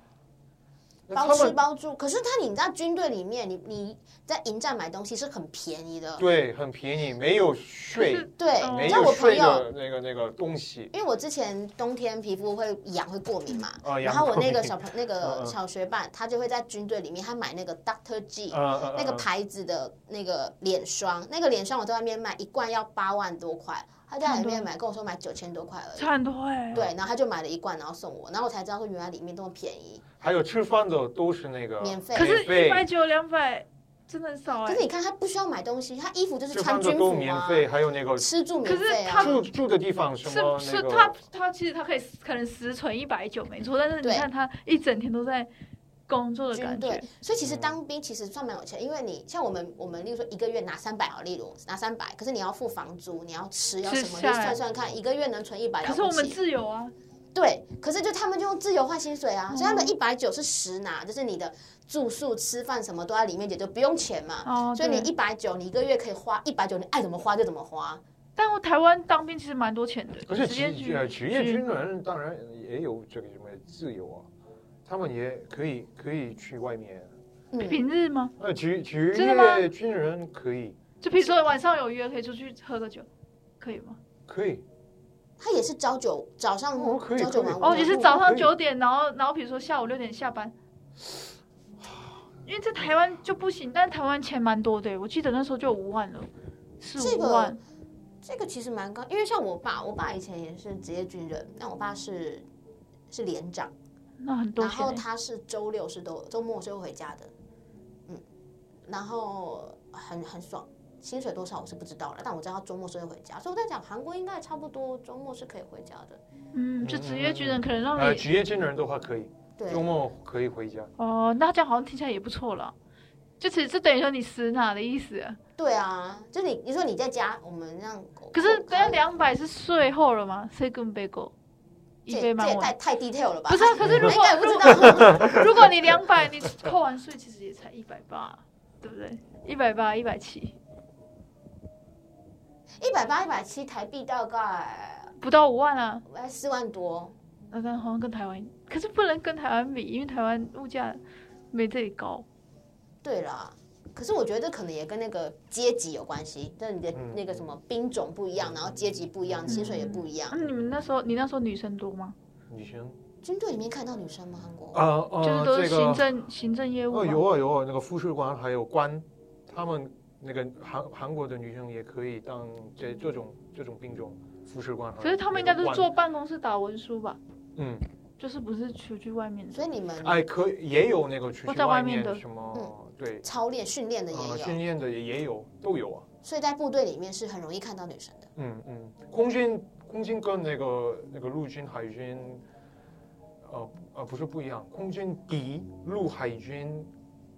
Speaker 3: 那
Speaker 1: 包
Speaker 3: 他
Speaker 1: 吃
Speaker 3: 们
Speaker 1: 包住。可是他你在军队里面，你你在营站买东西是很便宜的。
Speaker 3: 对很便宜，没有税
Speaker 2: 可。是
Speaker 1: 对
Speaker 2: 哦，
Speaker 1: 你
Speaker 3: 没
Speaker 1: 知道
Speaker 3: 有
Speaker 1: 我朋
Speaker 3: 睡
Speaker 1: 友，
Speaker 3: 的那个那个东西
Speaker 1: 因为我之前冬天皮肤会痒会过敏嘛，
Speaker 3: 啊，
Speaker 1: 然后我那个小朋那
Speaker 3: 嗯
Speaker 1: 个
Speaker 3: 嗯
Speaker 1: 小学伴，他就会在军队里面，他买那个 Doctor G。
Speaker 3: 呃
Speaker 1: 那个牌子的那个脸霜，那个脸霜我在外面卖一罐要八万多块，他在里面买跟我说买九千多块而已。
Speaker 2: 差很多哎。
Speaker 1: 对，然后他就买了一罐，然后送我，然后我才知道说原来里面这么便宜。
Speaker 3: 还有吃饭的都是那个
Speaker 1: 免费
Speaker 2: 可是，
Speaker 3: 费
Speaker 2: 一百九、两百真的很少
Speaker 1: 可
Speaker 2: 哎
Speaker 1: 是。你看他不需要买东西，他衣服就是
Speaker 3: 吃
Speaker 1: 穿
Speaker 3: 饭的
Speaker 1: 军
Speaker 3: 都
Speaker 1: 服
Speaker 3: 免
Speaker 1: 啊，
Speaker 3: 费，还有那个
Speaker 1: 吃住免
Speaker 2: 可是
Speaker 1: 费啊。
Speaker 2: 他
Speaker 3: 住住的地方什
Speaker 2: 是
Speaker 3: 么那
Speaker 2: 是，他
Speaker 3: 个
Speaker 2: 他其实他可以可能实存一百九没错，但是你
Speaker 1: 对
Speaker 2: 看他一整天都在工作的
Speaker 1: 军
Speaker 2: 感觉
Speaker 1: 队，，所以其实
Speaker 3: 嗯
Speaker 1: 当兵其实算蛮有钱，因为你像我们，我们例如说一个月拿三百啊，例如拿三百，可是你要付房租，你要吃，要
Speaker 2: 吃
Speaker 1: 什么，你
Speaker 2: 下来
Speaker 1: 算算看，一个月能存一百，
Speaker 2: 可是我们自由啊，
Speaker 1: 对，可是就他们就用自由换薪水啊，
Speaker 2: 嗯
Speaker 1: 所以他们一百九是实拿，就是你的住宿、吃饭什么都在里面，也就不用钱嘛。
Speaker 2: 哦，
Speaker 1: 所以你
Speaker 2: 对
Speaker 1: 一百九，你一个月可以花一百九，你爱怎么花就怎么花。
Speaker 2: 但我台湾当兵其实蛮多钱的，
Speaker 3: 可是
Speaker 2: 直接
Speaker 3: 职
Speaker 2: 去
Speaker 3: 呃职业
Speaker 2: 去
Speaker 3: 军人当然也有这个什么自由啊，他们也可以可以去外面。
Speaker 1: 嗯，
Speaker 2: 平日吗？
Speaker 3: 那职职
Speaker 2: 真的吗
Speaker 3: 业军人可以
Speaker 2: 就比如说晚上有约可以出去喝个酒，可以吗？
Speaker 3: 可以，
Speaker 1: 他也是朝九早上
Speaker 3: 哦可以
Speaker 1: 朝九
Speaker 3: 可以
Speaker 1: 晚五啊
Speaker 2: 哦，
Speaker 1: 嘛，
Speaker 2: 也是
Speaker 3: 我
Speaker 2: 早上
Speaker 3: 可以
Speaker 2: 九点，然后然后比如说下午六点下班，因为在台湾就不行，但台湾钱蛮多的，我记得那时候就有五万了，四
Speaker 1: 这
Speaker 2: 五
Speaker 1: 个
Speaker 2: 万，
Speaker 1: 这个其实蛮高，因为像我爸，我爸以前也是职业军人，但我爸是是连长。
Speaker 2: 那很多
Speaker 1: 然
Speaker 2: 钱
Speaker 1: 后
Speaker 2: 欸。
Speaker 1: 他是周六是都周末是会回家的，嗯，然后很很爽，薪水多少我是不知道了，但我知道他周末是会回家，所以我在讲韩国应该差不多周末是可以回家的，
Speaker 2: 嗯，就职业军人可能让
Speaker 3: 呃
Speaker 2: 你
Speaker 3: 职业军人的话可以，
Speaker 1: 对
Speaker 3: 周，末可以回家。
Speaker 2: 哦，那这样好像听起来也不错了，就只是等于说你死哪的意思啊。
Speaker 1: 对啊，就你你说你在家，我们让狗，
Speaker 2: 可是等下
Speaker 1: 这
Speaker 2: 两百是税后了吗？税跟被狗一
Speaker 1: 也
Speaker 2: 杯
Speaker 1: 这
Speaker 2: 蛮
Speaker 1: 也
Speaker 2: 稳
Speaker 1: 太。太 detail 了吧？
Speaker 2: 不是啊，可是如
Speaker 1: 他应
Speaker 2: 果
Speaker 1: 该也不
Speaker 2: 如
Speaker 1: 知
Speaker 2: 果
Speaker 1: 道，
Speaker 2: 如果你两百，你扣完税其实也才一百八，对不对？一百八、一百七，
Speaker 1: 一百八一百七台币大概
Speaker 2: 不到五万啊。
Speaker 1: 哎四万多，
Speaker 2: 那但好像跟台湾，可是不能跟台湾比，因为台湾物价没这里高。
Speaker 1: 对啦。可是我觉得可能也跟那个阶级有关系，就是你的
Speaker 3: 嗯
Speaker 1: 那个什么兵种不一样，然后阶级不一样，薪水也不一样。
Speaker 2: 那、啊你们那时候，你那时候女生多吗？
Speaker 3: 女生
Speaker 1: 军队里面看到女生吗？韩国？
Speaker 3: 啊啊，
Speaker 2: 就是都是
Speaker 3: 这个
Speaker 2: 行政、行政业务
Speaker 3: 哦，
Speaker 2: 吗、
Speaker 3: 有啊有啊，那个副士官还有官，他们那个韩韩国的女生也可以当这这种这种兵种副士官。
Speaker 2: 可是他们应该都是
Speaker 3: 做
Speaker 2: 坐办公室打文书吧，
Speaker 3: 嗯，
Speaker 2: 就是不是出去外面
Speaker 1: 所
Speaker 2: 的。
Speaker 1: 以你们
Speaker 3: 哎，可以也有那个出
Speaker 2: 我
Speaker 3: 去
Speaker 2: 在外面
Speaker 3: 面
Speaker 2: 的
Speaker 3: 什么对
Speaker 1: 操练训嗯练的也
Speaker 3: 啊
Speaker 1: 有，
Speaker 3: 训练的也也有都有啊，
Speaker 1: 所以在部队里面是很容易看到女生的。
Speaker 3: 嗯嗯，空军空军跟那个那个陆军海军，呃呃不是不一样，空军比陆海军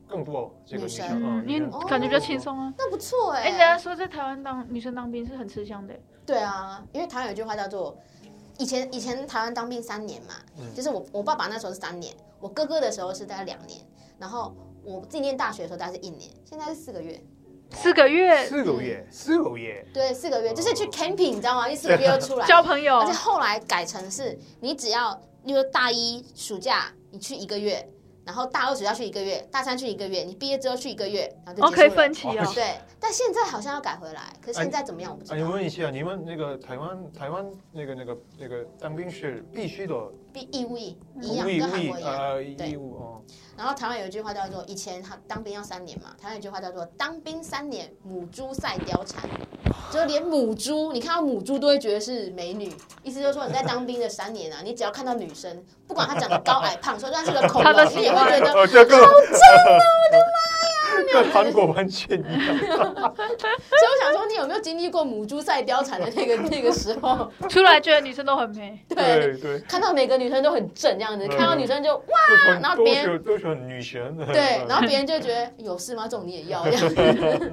Speaker 3: 更多这个
Speaker 1: 女
Speaker 3: 女
Speaker 1: 生
Speaker 3: 生啊，
Speaker 2: 嗯，因为
Speaker 3: 女生
Speaker 2: 感觉比较
Speaker 3: 更多
Speaker 2: 轻。松啊。
Speaker 1: 那不错
Speaker 2: 哎、
Speaker 1: 哎、
Speaker 2: 人家说在台湾当女生当兵是很吃香的，
Speaker 1: 对啊，因为台湾有一句话叫做“以前以前台湾当兵三年嘛，
Speaker 3: 嗯
Speaker 1: 就是我我爸爸那时候是三年，我哥哥的时候是大概两年，然后我自己念大学的时候大概是一年，现在是四个月。
Speaker 2: 四个月
Speaker 3: 四个月，四个月，
Speaker 1: 对，四个月就是去 camping，你知道吗？一四个月就出来了，
Speaker 2: 交朋友
Speaker 1: 而且，后来改成是你只要，例如大一暑假你去一个月，然后大二暑假去一个月，大三去一个月，你毕业之后去一个月，然后
Speaker 2: 哦，
Speaker 1: 就
Speaker 2: 可
Speaker 1: 结
Speaker 2: 以
Speaker 1: 束了。
Speaker 2: 分期哦。
Speaker 1: 对，但现在好像要改回来，可是现在怎么样我不知
Speaker 3: 哎，
Speaker 1: 道。
Speaker 3: 问一下，你们那个台湾台湾那个那个那个当兵是必须的，
Speaker 1: 必义务役
Speaker 2: 嗯
Speaker 1: 一样，
Speaker 3: 无义
Speaker 1: 跟
Speaker 3: 务
Speaker 1: 韩
Speaker 3: 役
Speaker 1: 国一样。
Speaker 3: 呃
Speaker 1: 对
Speaker 3: 义务哦，
Speaker 1: 然后台湾有一句话叫做，以前他当兵要三年嘛，台湾有一句话叫做“当兵三年，母猪赛貂蝉”，就连母猪，你看到母猪都会觉得是美女，意思就是说你在当兵的三年啊，你只要看到女生，不管她长得高矮胖瘦，就算是个 恐
Speaker 2: 她
Speaker 1: 龙，
Speaker 2: 都
Speaker 1: 你也
Speaker 2: 喜
Speaker 1: 会
Speaker 2: 欢
Speaker 1: 觉得
Speaker 3: 哦，这个好真 哦，我的妈呀，跟韩国完全一样。
Speaker 1: 所以我想说，你有没有经历过母猪赛貂蝉的 那个那个时候？
Speaker 2: 出来觉得女生都很美。
Speaker 1: 对，
Speaker 3: 对，
Speaker 1: 看到每个女生都很正这样子，
Speaker 3: 嗯
Speaker 1: 看到女生就哇，
Speaker 3: 都喜欢
Speaker 1: 然后
Speaker 3: 都
Speaker 1: 别
Speaker 3: 喜
Speaker 1: 人
Speaker 3: 欢都喜欢女神的。
Speaker 1: 对，然后别人就觉得有事吗？这种你也要这样。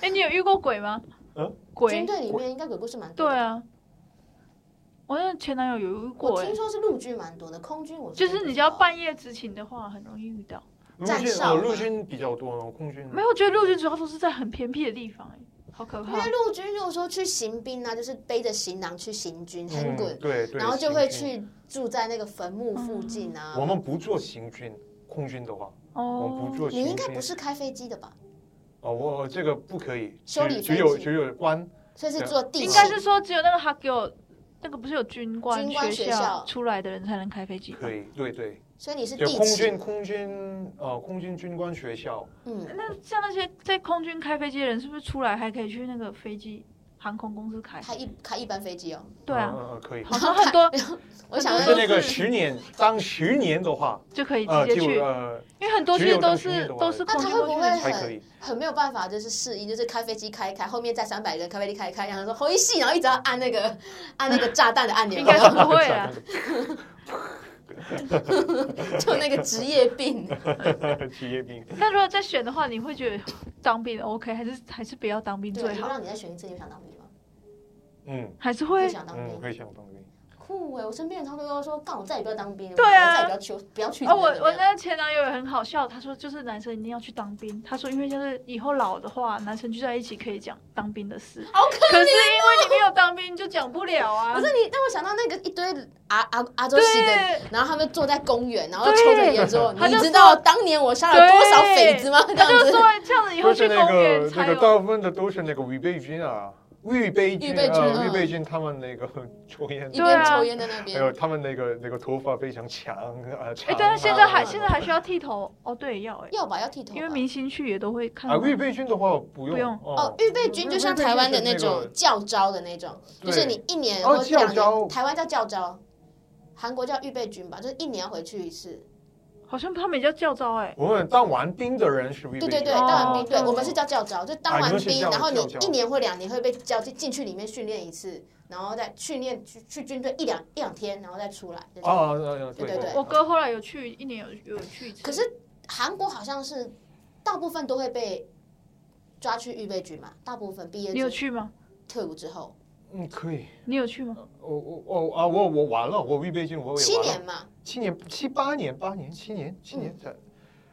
Speaker 2: 哎、你有遇过鬼吗？
Speaker 3: 嗯
Speaker 2: 鬼
Speaker 1: 军？队里面应该鬼故事蛮多
Speaker 2: 对
Speaker 1: 的。
Speaker 2: 啊，我那前男友有遇过
Speaker 1: 我
Speaker 2: 哎、
Speaker 1: 听说是陆军蛮多的，空军我
Speaker 2: 就是你只要半夜执勤的话，很容易遇到。
Speaker 3: 陆
Speaker 1: 战
Speaker 3: 军
Speaker 1: 哨
Speaker 3: 哦，
Speaker 1: 吗
Speaker 3: 陆军比较多，哦空军
Speaker 2: 没有，我觉得陆军主要都是在很偏僻的地方、哎，好可
Speaker 1: 因
Speaker 2: 怕
Speaker 1: 为。陆军如果说去行兵啊，就是背着行囊去行军，很
Speaker 3: 嗯
Speaker 1: 滚，
Speaker 3: 对对，
Speaker 1: 然后就会
Speaker 3: 行军。
Speaker 1: 去住在那个坟墓附
Speaker 2: 嗯
Speaker 1: 近啊
Speaker 3: 我。们不做行军，空军的话，我们
Speaker 2: 哦
Speaker 3: 不，做
Speaker 1: 你
Speaker 3: 行军。
Speaker 1: 应该不是开飞机的吧？
Speaker 3: 哦，我这个不可以，
Speaker 1: 修
Speaker 3: 只
Speaker 1: 理
Speaker 3: 只
Speaker 1: 飞
Speaker 3: 有
Speaker 1: 机
Speaker 3: 只有关
Speaker 1: 所以
Speaker 3: 啊
Speaker 1: 是坐地
Speaker 2: 应
Speaker 1: 勤
Speaker 2: 该是说只有那个他给我那个不是有军官
Speaker 1: 军官学校
Speaker 2: 出来的人才能开飞机吗？
Speaker 3: 可以，对对，
Speaker 1: 所以你是
Speaker 3: 就
Speaker 1: 地
Speaker 3: 空
Speaker 1: 勤
Speaker 3: 军。空军呃空军军官学校，
Speaker 1: 嗯，
Speaker 2: 那像那些在空军开飞机的人，是不是出来还可以去那个飞机航空公司开？
Speaker 1: 开一开一班飞机哦。
Speaker 2: 对
Speaker 3: 嗯
Speaker 2: 啊，
Speaker 3: 嗯嗯可以。
Speaker 2: 好像很多
Speaker 1: 我想
Speaker 2: 很
Speaker 3: 可
Speaker 2: 多
Speaker 1: 要
Speaker 3: 是
Speaker 2: 都
Speaker 3: 那个
Speaker 2: 是
Speaker 3: 十年当十年的话，
Speaker 2: 就可以直
Speaker 3: 呃
Speaker 2: 接
Speaker 3: 就
Speaker 2: 去，
Speaker 3: 呃
Speaker 2: 因为很多其
Speaker 3: 只
Speaker 2: 实
Speaker 3: 有当
Speaker 2: 都
Speaker 3: 训练
Speaker 2: 是
Speaker 3: 的话
Speaker 2: 都是空
Speaker 1: 那
Speaker 2: 军
Speaker 1: 他会
Speaker 2: 过
Speaker 1: 不
Speaker 2: 去
Speaker 1: 会
Speaker 2: 的。
Speaker 1: 很
Speaker 3: 还可以。
Speaker 1: 很没有办法，就是适应，就是开飞机开一开，后面载三百人，开飞机开一开，然后说回
Speaker 2: 啊
Speaker 1: 信，然后一直要按那个按那个炸弹的按钮，
Speaker 2: 应该是不会啦。
Speaker 1: 就那个职业病。
Speaker 3: 职业病。
Speaker 2: 那如果再选的话，你会觉得当兵 OK 还是还是不要当兵
Speaker 1: 对，
Speaker 2: 最
Speaker 1: 如果
Speaker 2: 好？
Speaker 1: 让你再选一次，你会想当兵吗？
Speaker 3: 嗯
Speaker 2: 还是
Speaker 1: 会
Speaker 2: 会
Speaker 1: 想当
Speaker 3: 嗯，
Speaker 1: 兵。
Speaker 3: 会想当兵。
Speaker 1: 酷哎、我身边的同学都说，干我再也不要当兵了，
Speaker 2: 对啊
Speaker 1: 我再也不要去，不要去
Speaker 2: 啊，
Speaker 1: 怎
Speaker 2: 我
Speaker 1: 么样。
Speaker 2: 我那个前男友也很好笑，他说就是男生一定要去当兵，他说因为就是以后老的话，男生聚在一起可以讲当兵的事，
Speaker 1: 好可
Speaker 2: 可是因为你没有当兵就讲不了啊
Speaker 1: 不。是你，但我想到那个一堆阿阿阿州西的，
Speaker 2: 对，
Speaker 1: 然后他们坐在公园，然后
Speaker 2: 对
Speaker 1: 抽着烟说：“
Speaker 2: 他
Speaker 1: 你
Speaker 2: 就
Speaker 1: 知
Speaker 2: 说
Speaker 1: 道当年我杀了多少匪子吗？”这
Speaker 2: 他
Speaker 1: 样
Speaker 2: 就
Speaker 1: 子
Speaker 2: 说，这样子以后
Speaker 3: 都
Speaker 2: 去
Speaker 3: 是
Speaker 2: 公
Speaker 3: 那
Speaker 2: 园
Speaker 3: 个那
Speaker 2: 才
Speaker 3: 个
Speaker 2: 有。
Speaker 3: 大部分的都是那个预备军啊，预备军
Speaker 1: 预备军
Speaker 3: 啊，
Speaker 1: 嗯
Speaker 3: 预备军他们那个抽烟
Speaker 1: 一
Speaker 2: 对，
Speaker 1: 边
Speaker 2: 啊
Speaker 1: 抽烟在那
Speaker 3: 还
Speaker 1: 边。
Speaker 3: 有他们那个那个头发非常长啊，
Speaker 2: 哎
Speaker 3: 长。，
Speaker 2: 但是现在还
Speaker 1: 啊
Speaker 2: 现在还需要剃头哦，对，要 哎，
Speaker 1: 要吧，要剃头吧。
Speaker 2: 因为明星去也都会看
Speaker 3: 啊
Speaker 2: 到。，
Speaker 3: 预备军的话不用
Speaker 2: 不用
Speaker 1: 哦，预备军就像台湾的那种教招的那种，就
Speaker 3: 对
Speaker 1: 是你一年
Speaker 3: 哦
Speaker 1: 或两
Speaker 3: 教招
Speaker 1: 年，台湾叫教招，韩国叫预备军吧，就是一年要回去一次。
Speaker 2: 好像他们也叫教招哎，
Speaker 3: 我们当完兵的人是预备
Speaker 1: 对
Speaker 3: 军，
Speaker 1: 对对，
Speaker 2: 哦
Speaker 1: 当完兵，对
Speaker 2: 哦
Speaker 1: 我们是叫教招，就当
Speaker 3: 啊你
Speaker 1: 完
Speaker 3: 们是
Speaker 1: 兵，
Speaker 3: 叫
Speaker 1: 然后你
Speaker 3: 教招
Speaker 1: 一年或两年会被叫进进去里面训练一次，然后再训练去去军队一两一两天，然后再出来。这种
Speaker 3: 啊，对
Speaker 1: 对对对
Speaker 2: 我哥后来有去一年有有去一次，
Speaker 1: 可是韩国好像是大部分都会被抓去预备军嘛，大部分毕业
Speaker 2: 你有
Speaker 1: 之
Speaker 2: 去吗？
Speaker 1: 退伍之后
Speaker 3: 嗯，可以。
Speaker 2: 你有去吗？
Speaker 1: 嗯
Speaker 3: 我我我啊，我我完了，我预备军我也
Speaker 1: 七
Speaker 3: 完了
Speaker 1: 年嗯嘛，
Speaker 3: 七年七八年八年七年七年才，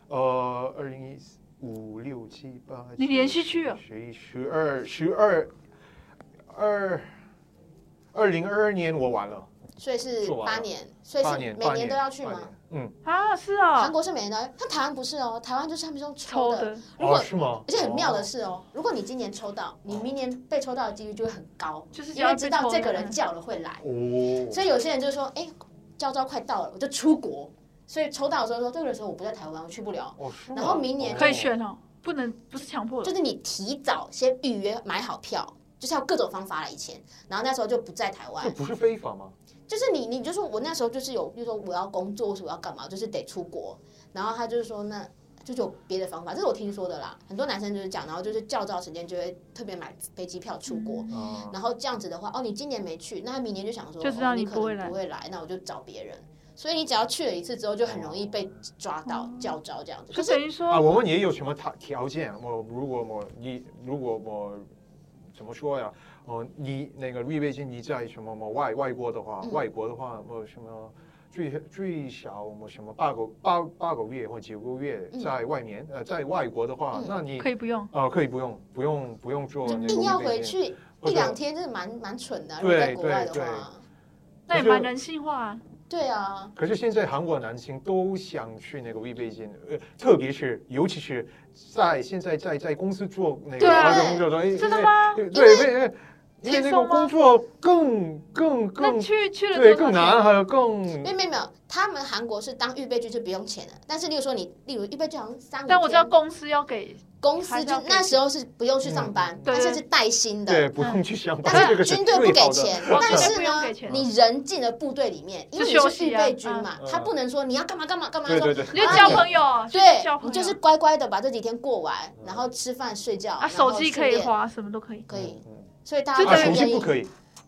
Speaker 3: 呃，二零一五六七八，
Speaker 2: 你
Speaker 3: 九
Speaker 2: 连续去啊
Speaker 3: 十一十二十二二二零二二年我完了，
Speaker 1: 所以是
Speaker 3: 做完
Speaker 1: 八
Speaker 3: 了
Speaker 1: 年，所以
Speaker 3: 八
Speaker 1: 是
Speaker 3: 年
Speaker 1: 每
Speaker 3: 八
Speaker 1: 年
Speaker 3: 年
Speaker 1: 都要去
Speaker 3: 八
Speaker 1: 吗？
Speaker 3: 年嗯，
Speaker 2: 啊，是啊
Speaker 1: 韩，国是每年都要，但台湾不是哦，台湾就是他们是用抽
Speaker 2: 抽
Speaker 1: 的。
Speaker 2: 的。
Speaker 1: 如果、
Speaker 3: 哦是吗？
Speaker 1: 而且很妙的
Speaker 3: 哦，
Speaker 1: 是哦，如果你今年抽到，你明年被抽到的几率就会很高，
Speaker 2: 就是
Speaker 1: 因为知道这个人叫了会来，
Speaker 3: 哦，
Speaker 1: 所以有些人就说，哎，教招快到了，我就出国。所以抽到的时候说，这个人说我不在台湾，我去不了。
Speaker 3: 哦是吗
Speaker 1: 然后明年
Speaker 2: 可以，选哦，不能不是强迫
Speaker 1: 就
Speaker 2: 的。
Speaker 1: 是你提早先预约买好票，就是要各种方法了以前，然后那时候就不在台
Speaker 3: 哦
Speaker 1: 湾
Speaker 3: 这，不是非法吗？
Speaker 1: 就是你，你就说我那时候就是有，比如说我要工作，或是我要干嘛，就是得出国。然后他就是说那，就是有别的方法，这是我听说的啦。很多男生就是讲，然后就是较早时间就会特别买飞机票出
Speaker 2: 嗯
Speaker 1: 国。
Speaker 3: 啊，
Speaker 1: 然后这样子的话，哦，你今年没去，那明年就想说，
Speaker 2: 就知道
Speaker 1: 哦、
Speaker 2: 你
Speaker 1: 你可
Speaker 2: 不会
Speaker 1: 能
Speaker 2: 来
Speaker 1: 不会来，那我就找别人。所以你只要去了一次之后，就很容易被抓到
Speaker 2: 哦
Speaker 1: 叫招这样子。
Speaker 2: 就
Speaker 1: 就是
Speaker 2: 等于
Speaker 3: 啊，
Speaker 2: 说，
Speaker 3: 我们也有什么条条件？我如果我你如果我怎么说呀？哦，你那个预备金你在什么么外外国的话，
Speaker 1: 嗯
Speaker 3: 外国的话，我什么最最少我们什么八个八八个月或九个月
Speaker 1: 嗯
Speaker 3: 在外面、呃，在外国的话，
Speaker 1: 嗯
Speaker 3: 那你
Speaker 2: 可以不用。
Speaker 3: 啊、可以不用不用不用做哦那个
Speaker 1: 硬要
Speaker 3: 预备
Speaker 1: 回
Speaker 3: 金，
Speaker 1: 去
Speaker 3: 或
Speaker 1: 一
Speaker 3: 者
Speaker 1: 两天，真的蛮蛮蠢的啊、如果在
Speaker 3: 对
Speaker 1: 国外的
Speaker 3: 对
Speaker 1: 话，
Speaker 2: 那也
Speaker 3: 可是
Speaker 2: 蛮人性化啊。
Speaker 1: 对啊，
Speaker 3: 可是现在韩国男性都想去那个预备金，呃，特别是尤其是在现在在在公司做那
Speaker 2: 对
Speaker 3: 个
Speaker 2: 啊
Speaker 3: 儿童工作的，
Speaker 2: 真的
Speaker 3: 因为
Speaker 2: 吗？
Speaker 3: 对对，因为
Speaker 2: 轻
Speaker 3: 那
Speaker 2: 松吗
Speaker 3: 个工作更更
Speaker 2: 那
Speaker 3: 更
Speaker 2: 去去了
Speaker 3: 对
Speaker 2: 多少
Speaker 3: 更
Speaker 2: 钱
Speaker 3: 难，还啊有更
Speaker 1: 没有没有没有，他们韩国是当预备军是不用钱的，但是例如说你，例如预备军好像三五天，
Speaker 2: 但我知道公司要给，
Speaker 1: 公司
Speaker 2: 还是
Speaker 1: 就
Speaker 2: 要给
Speaker 1: 那时候是不用去上班
Speaker 3: 嗯，
Speaker 1: 但
Speaker 2: 对
Speaker 1: 是是带薪
Speaker 3: 对
Speaker 1: 的，
Speaker 3: 不
Speaker 2: 嗯
Speaker 3: 用去想，
Speaker 1: 但
Speaker 3: 这个
Speaker 1: 是
Speaker 3: 是
Speaker 1: 军队不
Speaker 3: 最
Speaker 1: 给
Speaker 3: 好的嗯
Speaker 1: 钱，
Speaker 2: 哇
Speaker 1: 但
Speaker 2: 军队
Speaker 1: 是
Speaker 2: 不用
Speaker 1: 呢
Speaker 2: 给，钱
Speaker 1: 你人进了部队里面，因为
Speaker 2: 就
Speaker 1: 你
Speaker 2: 休
Speaker 1: 是
Speaker 2: 息
Speaker 1: 预
Speaker 2: 啊
Speaker 1: 备军嘛
Speaker 3: 嗯，
Speaker 1: 他不能说你要干嘛干嘛干嘛，
Speaker 3: 对
Speaker 1: 说
Speaker 3: 对对，
Speaker 2: 你就交朋友啊，去交
Speaker 1: 对，
Speaker 2: 朋
Speaker 1: 你
Speaker 2: 友
Speaker 1: 就是乖乖的把这几天过完，
Speaker 3: 嗯
Speaker 1: 然后吃饭睡觉，
Speaker 2: 啊，
Speaker 1: 然后
Speaker 2: 手机
Speaker 1: 训
Speaker 2: 可以
Speaker 1: 练，
Speaker 2: 花，什么都可以，
Speaker 1: 可以，
Speaker 3: 嗯，嗯
Speaker 1: 所以大
Speaker 2: 就
Speaker 1: 家
Speaker 3: 啊，
Speaker 1: 都
Speaker 3: 手
Speaker 1: 很愿
Speaker 3: 机不
Speaker 1: 意。
Speaker 3: 可以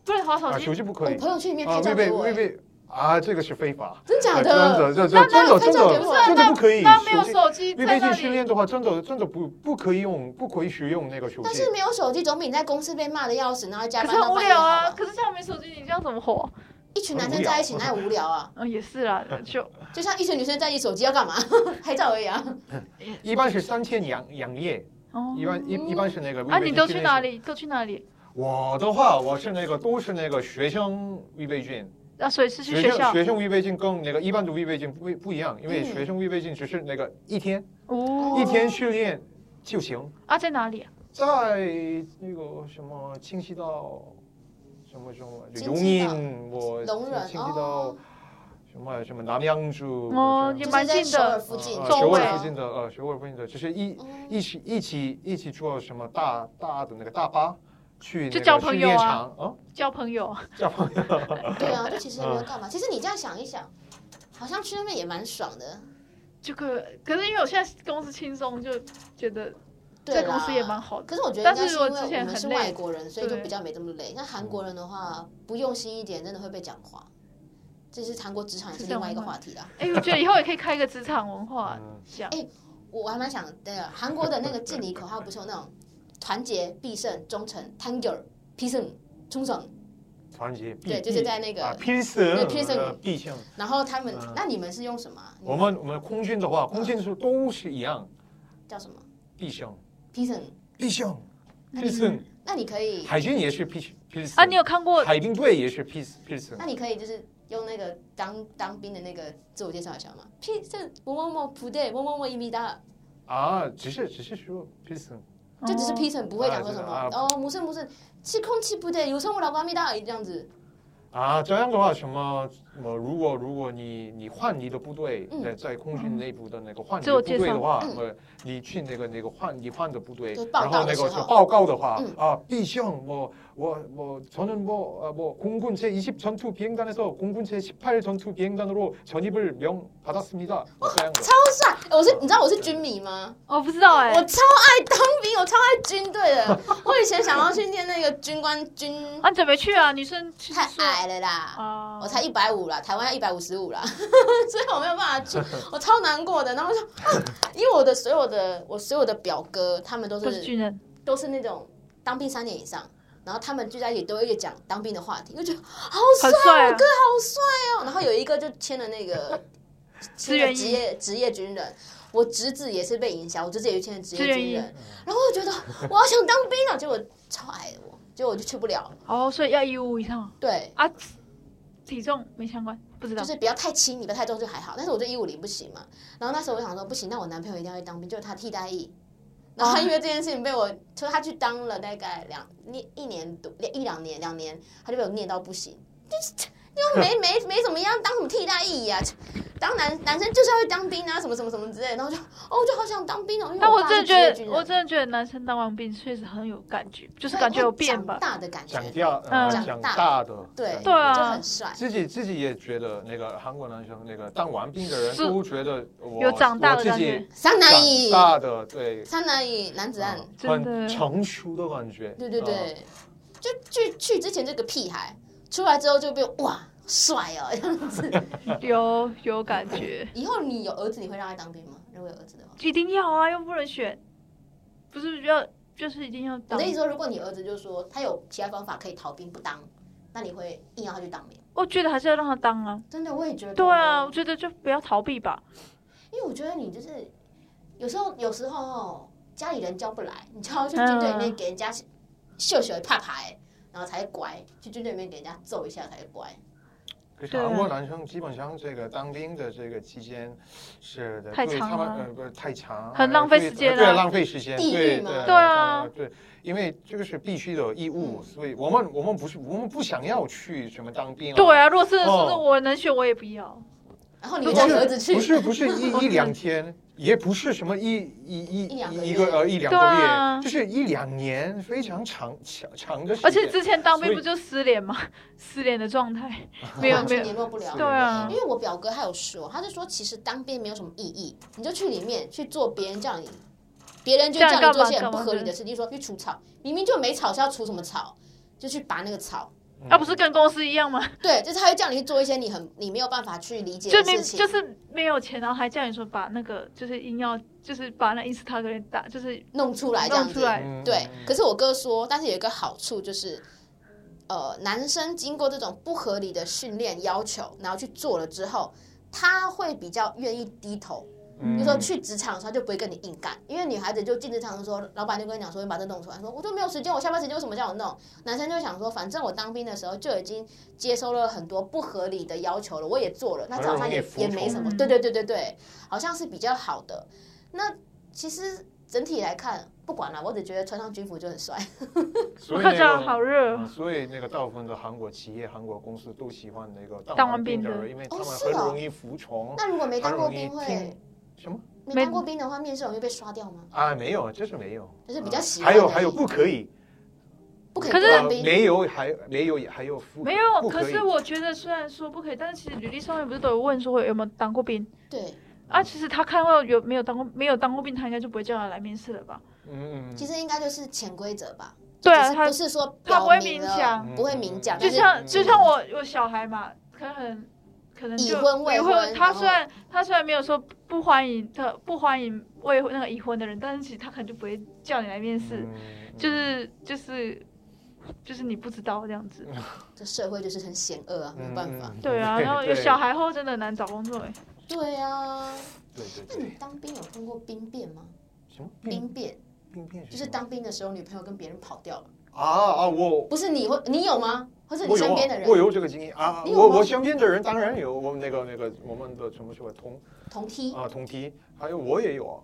Speaker 2: 不能划手
Speaker 3: 啊，
Speaker 2: 机
Speaker 3: 手。机不可
Speaker 1: 我
Speaker 3: 以
Speaker 1: 朋友圈里面
Speaker 3: 啊，
Speaker 1: 开
Speaker 3: 预
Speaker 1: 照
Speaker 3: 备
Speaker 1: 给我
Speaker 3: 预，备啊，这个是非法，
Speaker 1: 真假
Speaker 3: 啊
Speaker 1: 的？
Speaker 3: 真
Speaker 2: 那
Speaker 3: 的这真的
Speaker 1: 那那这
Speaker 3: 真的
Speaker 1: 个不是啊
Speaker 3: 真的不可以，
Speaker 2: 那没有
Speaker 3: 手机
Speaker 2: 手机
Speaker 3: 预
Speaker 2: 在
Speaker 3: 备
Speaker 2: 那
Speaker 3: 军训
Speaker 2: 里，
Speaker 3: 练的话，真的真的不不可以用，不可以使用那个手
Speaker 1: 但
Speaker 3: 机
Speaker 1: 是。没有手机，总比你在公司被骂的要死，然后加
Speaker 2: 可
Speaker 1: 班
Speaker 2: 是
Speaker 1: 到
Speaker 2: 很无
Speaker 1: 半夜
Speaker 2: 聊
Speaker 1: 好
Speaker 2: 啊。
Speaker 1: 吧？
Speaker 2: 可是这样没手机，你这样怎么活？
Speaker 1: 一群男生在一起哪有无聊啊？
Speaker 2: 嗯，也是啦，就
Speaker 1: 就像一群女生在一起，手机要干嘛？ 拍照而已啊。
Speaker 3: 一般是三天两两夜，
Speaker 2: 哦
Speaker 3: 一。般一一般是那个。
Speaker 2: 啊，你都去哪？里？都去哪里？
Speaker 3: 我的话，我是那个都是那个学生预备军，
Speaker 2: 啊，所以是去
Speaker 3: 学
Speaker 2: 学
Speaker 3: 生
Speaker 2: 校。
Speaker 3: 学生预备军跟那个一般的预备军不不一样，因为
Speaker 1: 嗯
Speaker 3: 学生预备军只是那个一天
Speaker 2: 哦
Speaker 3: 一天训练就行，
Speaker 2: 啊，在哪里啊？
Speaker 3: 在那个什么清溪道，什么什么就
Speaker 1: 清
Speaker 3: 永
Speaker 1: 溪道
Speaker 3: 印我
Speaker 1: 容忍
Speaker 3: 清溪道
Speaker 1: 哦，
Speaker 3: 什么什么南洋州
Speaker 2: 哦
Speaker 3: 什么
Speaker 2: 也
Speaker 1: 就是
Speaker 2: 蛮
Speaker 1: 在
Speaker 2: 近
Speaker 1: 首
Speaker 2: 的
Speaker 1: 尔附近，啊
Speaker 3: 呃
Speaker 2: 周
Speaker 3: 首
Speaker 2: 围
Speaker 3: 尔附近的呃，首尔附近的，就是一
Speaker 1: 嗯
Speaker 3: 一起一起一起坐什么大大的那个大巴去
Speaker 2: 就
Speaker 3: 那
Speaker 2: 交
Speaker 3: 个
Speaker 2: 朋
Speaker 3: 训
Speaker 2: 友
Speaker 3: 练
Speaker 2: 啊
Speaker 3: 场啊，
Speaker 2: 交朋友。
Speaker 3: 交朋友。
Speaker 1: 对啊，就其实也没有干嘛。其实你这样想一想，好像去那边也蛮爽的。
Speaker 2: 这个可是因为我现在公司轻松，就觉得
Speaker 1: 对
Speaker 2: 在
Speaker 1: 啦
Speaker 2: 公司也蛮好的。
Speaker 1: 可是我觉得应该是因为
Speaker 2: 但是我之
Speaker 1: 我
Speaker 2: 前
Speaker 1: 们是
Speaker 2: 很累
Speaker 1: 外国人，所以就
Speaker 2: 对
Speaker 1: 比较没这么累。那韩国人的话，不用心一点，真的会被讲话。这是韩国职场也是另外一个话题啦。
Speaker 2: 哎，我觉得以后也可以开一个职场文化
Speaker 3: 嗯
Speaker 2: 讲
Speaker 1: 哎，我还蛮想，对了，韩国的那个敬礼口号不是有那种团结、必胜、忠诚、团结、必胜、冲绳，
Speaker 3: 团结必
Speaker 1: 对，就是在那
Speaker 3: 啊
Speaker 1: 个，
Speaker 3: 拼死
Speaker 1: 对拼死
Speaker 3: 呃必胜。
Speaker 1: 然后他们
Speaker 3: 嗯，
Speaker 1: 那你们是用什么啊？你
Speaker 3: 我们我们空军的
Speaker 1: 嗯
Speaker 3: 话，空军是都是一样，
Speaker 1: 叫什么？
Speaker 3: 必胜，
Speaker 1: 必胜。
Speaker 3: 必胜，
Speaker 1: 那
Speaker 3: 必
Speaker 1: 你
Speaker 3: 胜。
Speaker 1: 那你可以，
Speaker 3: 海军也是必必胜
Speaker 1: 哎
Speaker 2: 啊，你有看过？
Speaker 3: 海兵队也是必必胜
Speaker 1: 那。你可以就是用那个当当兵的那个自我介绍一下吗？必胜，某某某部队，某某某一米大，
Speaker 3: 啊，只是只是说必胜。
Speaker 1: 就只是
Speaker 2: 哦
Speaker 1: 批审，不会讲说什么
Speaker 3: 啊
Speaker 1: 哦，不是不是，气空气不对，有时候我老公没到这样子，
Speaker 3: 啊，这样的话，什么呃，如果如果你你换你的部队，
Speaker 1: 嗯
Speaker 3: 在在空军内部的那个换你
Speaker 2: 自
Speaker 3: 的
Speaker 2: 我
Speaker 3: 部
Speaker 2: 介
Speaker 3: 队
Speaker 2: 绍
Speaker 3: 的话，
Speaker 1: 嗯
Speaker 3: 呃，你去那个那个换你换的部队
Speaker 1: 就，报
Speaker 3: 然
Speaker 1: 道
Speaker 3: 后
Speaker 1: 的
Speaker 3: 那个
Speaker 1: 时候
Speaker 3: 报告的话
Speaker 1: 嗯，
Speaker 3: 啊，必胜뭐我我저는뭐아뭐공군제20전투비행단에서공군제18전투비행단으로전입을명받았습니다。这뭐样的
Speaker 1: 超帅！我是你知道我是军迷吗？
Speaker 2: 我不知道哎
Speaker 1: 我超，爱当兵，我超爱军队的。我以前想要去念那个军官军，
Speaker 2: 啊，你准备去啊？女生去
Speaker 1: 太
Speaker 2: 说
Speaker 1: 矮了啦。
Speaker 2: 啊，
Speaker 1: 哦我才一百五啦，台湾要一百五十五啦， 所以我没有办法 去，我超难过的。然后我说，啊 因为我的所有的我所有的表哥，他们都
Speaker 2: 都是
Speaker 1: 是
Speaker 2: 军人，
Speaker 1: 都是那种当兵三年以上，然后他们聚在一起都会讲当兵的话题，就觉得好
Speaker 2: 很
Speaker 1: 帅，
Speaker 2: 帅
Speaker 1: 我
Speaker 2: 啊
Speaker 1: 哥好帅哦。然后有一个就签了 那个
Speaker 2: 志愿役
Speaker 1: 职业职业军人，我侄子也是被影响，我侄子也去签了职
Speaker 2: 志
Speaker 1: 业
Speaker 2: 愿
Speaker 1: 军
Speaker 2: 役
Speaker 1: 人，然后我觉得 我好想当兵啊，结果超矮的我，结果我就去不了。
Speaker 2: 哦，所以要一五以上
Speaker 1: 对，
Speaker 2: 啊，体重没相关，不知道
Speaker 1: 就。是不要太轻，你不要太重就还好。但是我对一五零不行嘛。然后那时候我想说，不行，那我男朋友一定要去当兵，就是他替代役。然后因
Speaker 2: 哦
Speaker 1: 为这件事情被我，就是他去当了大概两一一年多，一两年两年，他就被我念到不行，就是 又没没没怎么样，当什么替代役呀、 当男男生就是要去当兵啊，什么什么什么之类的。然后我就哦，我就好想当兵哦，因为
Speaker 2: 但我
Speaker 1: 爸
Speaker 2: 真的
Speaker 1: 是
Speaker 2: 觉
Speaker 1: 职业军
Speaker 2: 得，
Speaker 1: 人
Speaker 2: 我真的觉得男生当完兵确实很有感觉，就是
Speaker 1: 会
Speaker 2: 感觉有
Speaker 1: 会
Speaker 2: 变
Speaker 1: 长
Speaker 2: 吧。
Speaker 1: 大的感觉
Speaker 3: 讲，大呃
Speaker 2: 嗯
Speaker 3: 讲
Speaker 1: 长
Speaker 3: 大的，
Speaker 1: 对
Speaker 2: 对啊
Speaker 1: 就很帅。
Speaker 3: 自己自己也觉得那个韩国男生那个当完兵的人
Speaker 2: 是
Speaker 3: 都觉得我
Speaker 2: 有长大的
Speaker 3: 我自己
Speaker 2: 感觉
Speaker 1: 三男
Speaker 3: 长
Speaker 1: 一，
Speaker 3: 大的对，
Speaker 1: 三男一男子汉。
Speaker 3: 嗯
Speaker 2: 真的
Speaker 3: 很成熟的感觉，
Speaker 1: 对
Speaker 3: 嗯
Speaker 1: 对对，就去去之前这个屁孩，出来之后就变哇帅哦这样 子。
Speaker 2: 有有感觉，
Speaker 1: 以后你有儿子，你会让他当兵吗？如果有儿子的话，
Speaker 2: 一定要啊，又不能选，不是要就是一定要
Speaker 1: 我
Speaker 2: 当
Speaker 1: 的意。思说，如果你儿子就说他有其他方法可以逃兵不当，那你会硬要他去当兵？
Speaker 2: 我觉得还是要让他当啊。
Speaker 1: 真的，我也觉得。
Speaker 2: 对啊，我，觉得就不要逃避吧。
Speaker 1: 因为我觉得你就是有时候有时候哦家里人教不来，你就要去军队里面给人家秀秀怕牌，然后才乖，去军队里面给人家揍一下才乖。
Speaker 3: 可是
Speaker 2: 对啊
Speaker 3: 韩国男生基本上这个当兵的这个期间是的
Speaker 2: 太
Speaker 3: 对
Speaker 2: 长
Speaker 3: 他们
Speaker 2: 了
Speaker 3: 呃不是太长，
Speaker 2: 很浪费时间啊
Speaker 3: 对对浪费时间，
Speaker 1: 地狱
Speaker 3: 对
Speaker 1: 嘛
Speaker 3: 对
Speaker 2: 对啊
Speaker 3: 当然对，因为这个是必须的义
Speaker 1: 嗯
Speaker 3: 务，所以我们我们不是我们不想要去什么当兵，
Speaker 2: 对，啊，如果是说是
Speaker 3: 哦
Speaker 2: 我能选，我也不要。
Speaker 1: 然后你
Speaker 3: 不
Speaker 1: 会叫你儿子
Speaker 3: 是
Speaker 1: 去
Speaker 3: 不，是不是 一一两天，也不是什么一一
Speaker 1: 一两个
Speaker 3: 一一
Speaker 1: 月
Speaker 3: 个呃一两
Speaker 2: 对啊
Speaker 3: 个月，就是一两年，非常长长长的时间，
Speaker 2: 而且之前当兵
Speaker 3: 所以哦
Speaker 2: 不就失联吗？失联的状态，没有
Speaker 1: 完
Speaker 2: 没
Speaker 1: 全
Speaker 2: 有，
Speaker 1: 联络不了。
Speaker 2: 对啊
Speaker 3: 嗯
Speaker 1: 因为我表哥他有说，他就说其实当兵没有什么意义，你就去里面去做别人叫你，别人就叫你做一些很不合理的事，例如说去除草，明明就没草，是要除什么草？就去拔那个草，
Speaker 3: 嗯
Speaker 2: 啊那、不是跟公司一样吗？
Speaker 1: 对，就是他会叫你去做一些你很你没有办法去理解
Speaker 2: 就
Speaker 1: 的
Speaker 2: 没
Speaker 1: 事情，
Speaker 2: 就是没有钱，然后还叫你说把那个就是硬要就是把那 Instagram 打就是
Speaker 1: 弄出来这样
Speaker 2: 弄出
Speaker 1: 子。
Speaker 2: 来。
Speaker 3: 嗯
Speaker 1: 哎对，可是我哥说，但是有一个好处就是，呃，男生经过这种不合理的训练要求，然后去做了之后，他会比较愿意低头，
Speaker 3: 嗯
Speaker 1: 就说去职场的时候就不会跟你硬干，因为女孩子就进职场的时候，老板就跟你讲说你把这弄出来，说我就没有时间，我下班时间为什么叫我弄？男生就想说，反正我当兵的时候就已经接收了很多不合理的要求了，我也做了，那早上也
Speaker 3: 很容易服从
Speaker 1: 也没什么，
Speaker 2: 嗯
Speaker 1: 对对对对对，好像是比较好的。那其实整体来看，不管了，我只觉得穿上军服就很帅，
Speaker 3: 所
Speaker 2: 我
Speaker 3: 以
Speaker 2: 看
Speaker 3: 那
Speaker 2: 起来
Speaker 3: 个
Speaker 2: 好热，哦
Speaker 3: 嗯所以那个大部分的韩国企业、韩国公司都喜欢那个
Speaker 2: 当
Speaker 3: 当
Speaker 2: 完
Speaker 3: 完兵
Speaker 2: 兵
Speaker 3: 的
Speaker 2: 的
Speaker 3: 人，因为他
Speaker 1: 哦
Speaker 3: 们
Speaker 1: 是
Speaker 3: 很
Speaker 1: 哦
Speaker 3: 容易服从，
Speaker 1: 那如果没
Speaker 3: 很
Speaker 1: 当过
Speaker 3: 容易
Speaker 1: 兵会
Speaker 3: 听什么
Speaker 1: 没
Speaker 2: 没
Speaker 1: 当过兵的话，面试容易被刷掉吗？
Speaker 3: 啊？没有，就是没有，啊
Speaker 1: 就是比较喜欢
Speaker 3: 还有
Speaker 1: 而已
Speaker 3: 还有不可以，
Speaker 1: 不可以
Speaker 2: 可是
Speaker 1: 当
Speaker 3: 呃
Speaker 1: 兵，
Speaker 3: 没有还没有还有不
Speaker 2: 没有。
Speaker 3: 不
Speaker 2: 可
Speaker 3: 可以
Speaker 2: 是我觉得虽然说不可以，但是其实履历上面不是都有问说我有没有当过兵
Speaker 1: 对，
Speaker 3: 嗯
Speaker 2: 啊？其实他看到有没有当过没有当过兵，他应该就不会叫他来面试了吧？
Speaker 3: 嗯嗯
Speaker 1: 其实应该就是潜规则吧。
Speaker 2: 对
Speaker 1: 就
Speaker 2: 啊，
Speaker 1: 是
Speaker 2: 他
Speaker 1: 不是说
Speaker 2: 他
Speaker 1: 表
Speaker 2: 不会
Speaker 1: 明
Speaker 2: 明
Speaker 1: 了
Speaker 2: 讲
Speaker 3: 嗯
Speaker 1: 不会明讲，
Speaker 2: 就
Speaker 1: 但是
Speaker 2: 像
Speaker 3: 嗯
Speaker 2: 就像我我小孩嘛，可能可能
Speaker 1: 已
Speaker 2: 就
Speaker 1: 婚未
Speaker 2: 离
Speaker 1: 婚
Speaker 2: 他
Speaker 1: 然后
Speaker 2: 虽然他虽然没有说不欢迎他不欢迎未婚那个已婚的人，但是其实他可能就不会叫你来面试，
Speaker 3: 嗯
Speaker 2: 就是就是就是你不知道这样子。
Speaker 1: 这社会就是很险恶啊，没有办法。
Speaker 3: 嗯
Speaker 2: 对啊，然后有
Speaker 3: 对
Speaker 2: 小孩后真的很难找工作哎。
Speaker 1: 对啊，
Speaker 3: 对对
Speaker 1: 那你
Speaker 3: 对，
Speaker 1: 当兵有碰过兵变吗？
Speaker 3: 什么
Speaker 2: 嗯
Speaker 3: 病
Speaker 1: 兵变
Speaker 3: 病变
Speaker 1: 就是
Speaker 3: 什么
Speaker 1: 当兵的时候，女朋友跟别人跑掉了，
Speaker 3: 啊啊我。
Speaker 1: 不是你会，你有吗？或者你
Speaker 3: 我有
Speaker 1: 身
Speaker 3: 啊
Speaker 1: 边的，人
Speaker 3: 我有这个经验啊！
Speaker 1: 你有
Speaker 3: 我
Speaker 1: 吗
Speaker 3: 我身边的人当然有，我们那个那个我们的什么说同
Speaker 1: 同梯？
Speaker 3: 啊同梯，还有我也有啊，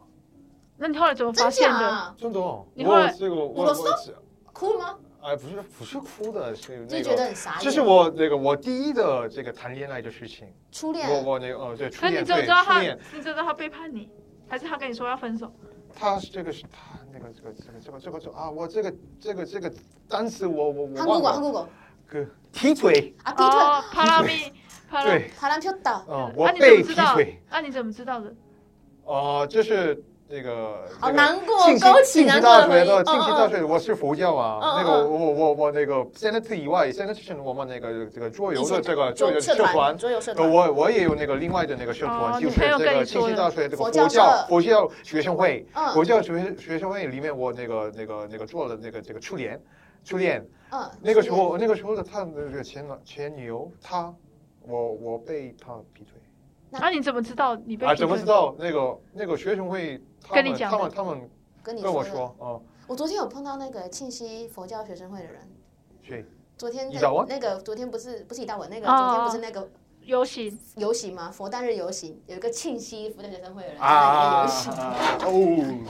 Speaker 2: 那你后来怎么发
Speaker 1: 真
Speaker 2: 现
Speaker 1: 假
Speaker 2: 的？
Speaker 1: 啊？
Speaker 3: 真的哦。
Speaker 2: 你后
Speaker 3: 我
Speaker 2: 来
Speaker 3: 这个
Speaker 1: 我
Speaker 3: 我
Speaker 1: 都
Speaker 3: 我是
Speaker 1: 哭了吗？
Speaker 3: 哎不是不是哭的，是
Speaker 1: 就
Speaker 3: 那
Speaker 1: 觉
Speaker 3: 个
Speaker 1: 得很傻眼。
Speaker 3: 这是我那个我第一的这个谈恋爱的事情。
Speaker 1: 初恋
Speaker 3: 我我那个呃对初
Speaker 2: 可是
Speaker 3: 恋
Speaker 2: 你怎么
Speaker 3: 对
Speaker 2: 知道
Speaker 3: 初
Speaker 2: 他？
Speaker 3: 恋，
Speaker 2: 你怎么知道他背叛你？还是他跟你说要分手？
Speaker 3: 他是这个是他那个这个这个这个这个这个啊我这个这个这个单词我我我
Speaker 1: 韩国
Speaker 3: 忘
Speaker 1: 馆，韩
Speaker 3: 了。
Speaker 1: 国馆
Speaker 3: 哥劈腿，
Speaker 1: 啊，劈腿，
Speaker 2: 哦，帕拉 米，帕拉米。
Speaker 3: 对，
Speaker 1: 爬栏飘倒。
Speaker 3: 嗯，我
Speaker 2: 啊，你怎
Speaker 3: 被
Speaker 2: 么
Speaker 3: 劈
Speaker 2: 知道
Speaker 3: 腿，？
Speaker 2: 啊，你怎么知道的？
Speaker 3: 哦，就是那个
Speaker 1: 好
Speaker 3: 那个
Speaker 1: 难过，
Speaker 3: 信息
Speaker 1: 勾起
Speaker 3: 信息
Speaker 1: 难过
Speaker 3: 大
Speaker 1: 的回
Speaker 3: 学
Speaker 1: 忆。
Speaker 3: 的
Speaker 1: 嗯
Speaker 3: 信息大
Speaker 1: 嗯
Speaker 3: 学，我是佛教啊。
Speaker 1: 嗯嗯
Speaker 3: 那个我我我那个 s e n a t 以外 s e n a t 是我们那个这个桌游
Speaker 1: 以前
Speaker 3: 的这个桌游
Speaker 1: 桌
Speaker 3: 社
Speaker 1: 嗯社
Speaker 3: 团
Speaker 1: 团，。桌游社
Speaker 3: 呃
Speaker 1: 团，
Speaker 3: 我我也有那个另外的那个社
Speaker 2: 哦
Speaker 3: 团，就
Speaker 2: 你
Speaker 3: 是
Speaker 2: 朋友
Speaker 3: 这
Speaker 2: 跟
Speaker 3: 个
Speaker 2: 你
Speaker 3: 信
Speaker 2: 说
Speaker 3: 息
Speaker 2: 的
Speaker 3: 大学这个
Speaker 1: 佛
Speaker 3: 佛
Speaker 1: 教
Speaker 3: 教
Speaker 1: 社
Speaker 3: 佛教学生会，
Speaker 1: 嗯
Speaker 3: 佛教学学生会里面我那个那个那个做了那个这个初恋，初恋
Speaker 1: 嗯，
Speaker 3: 那个时候那个时候的他那个前男前女友他，我我被他劈腿。
Speaker 1: 那
Speaker 2: 啊，你怎么知道你被？
Speaker 3: 啊，怎么知？道那个那个学生会他
Speaker 2: 跟
Speaker 3: 们
Speaker 2: 你讲
Speaker 3: 他
Speaker 2: 的
Speaker 3: 们他们
Speaker 1: 跟你
Speaker 3: 跟我
Speaker 1: 的，
Speaker 3: 说啊，
Speaker 1: 我昨天有碰到那个庆熙佛教学生会的人，
Speaker 3: 谁
Speaker 1: 昨天
Speaker 3: 伊达
Speaker 1: 在
Speaker 3: 文
Speaker 1: 那个昨天不是不是一大文那个，
Speaker 2: 哦
Speaker 1: 昨天不是那个
Speaker 2: 游行
Speaker 1: 游行吗？佛诞日游行有一个庆熙佛教学生会的人在那
Speaker 3: 啊
Speaker 1: 里游行，
Speaker 3: 哦，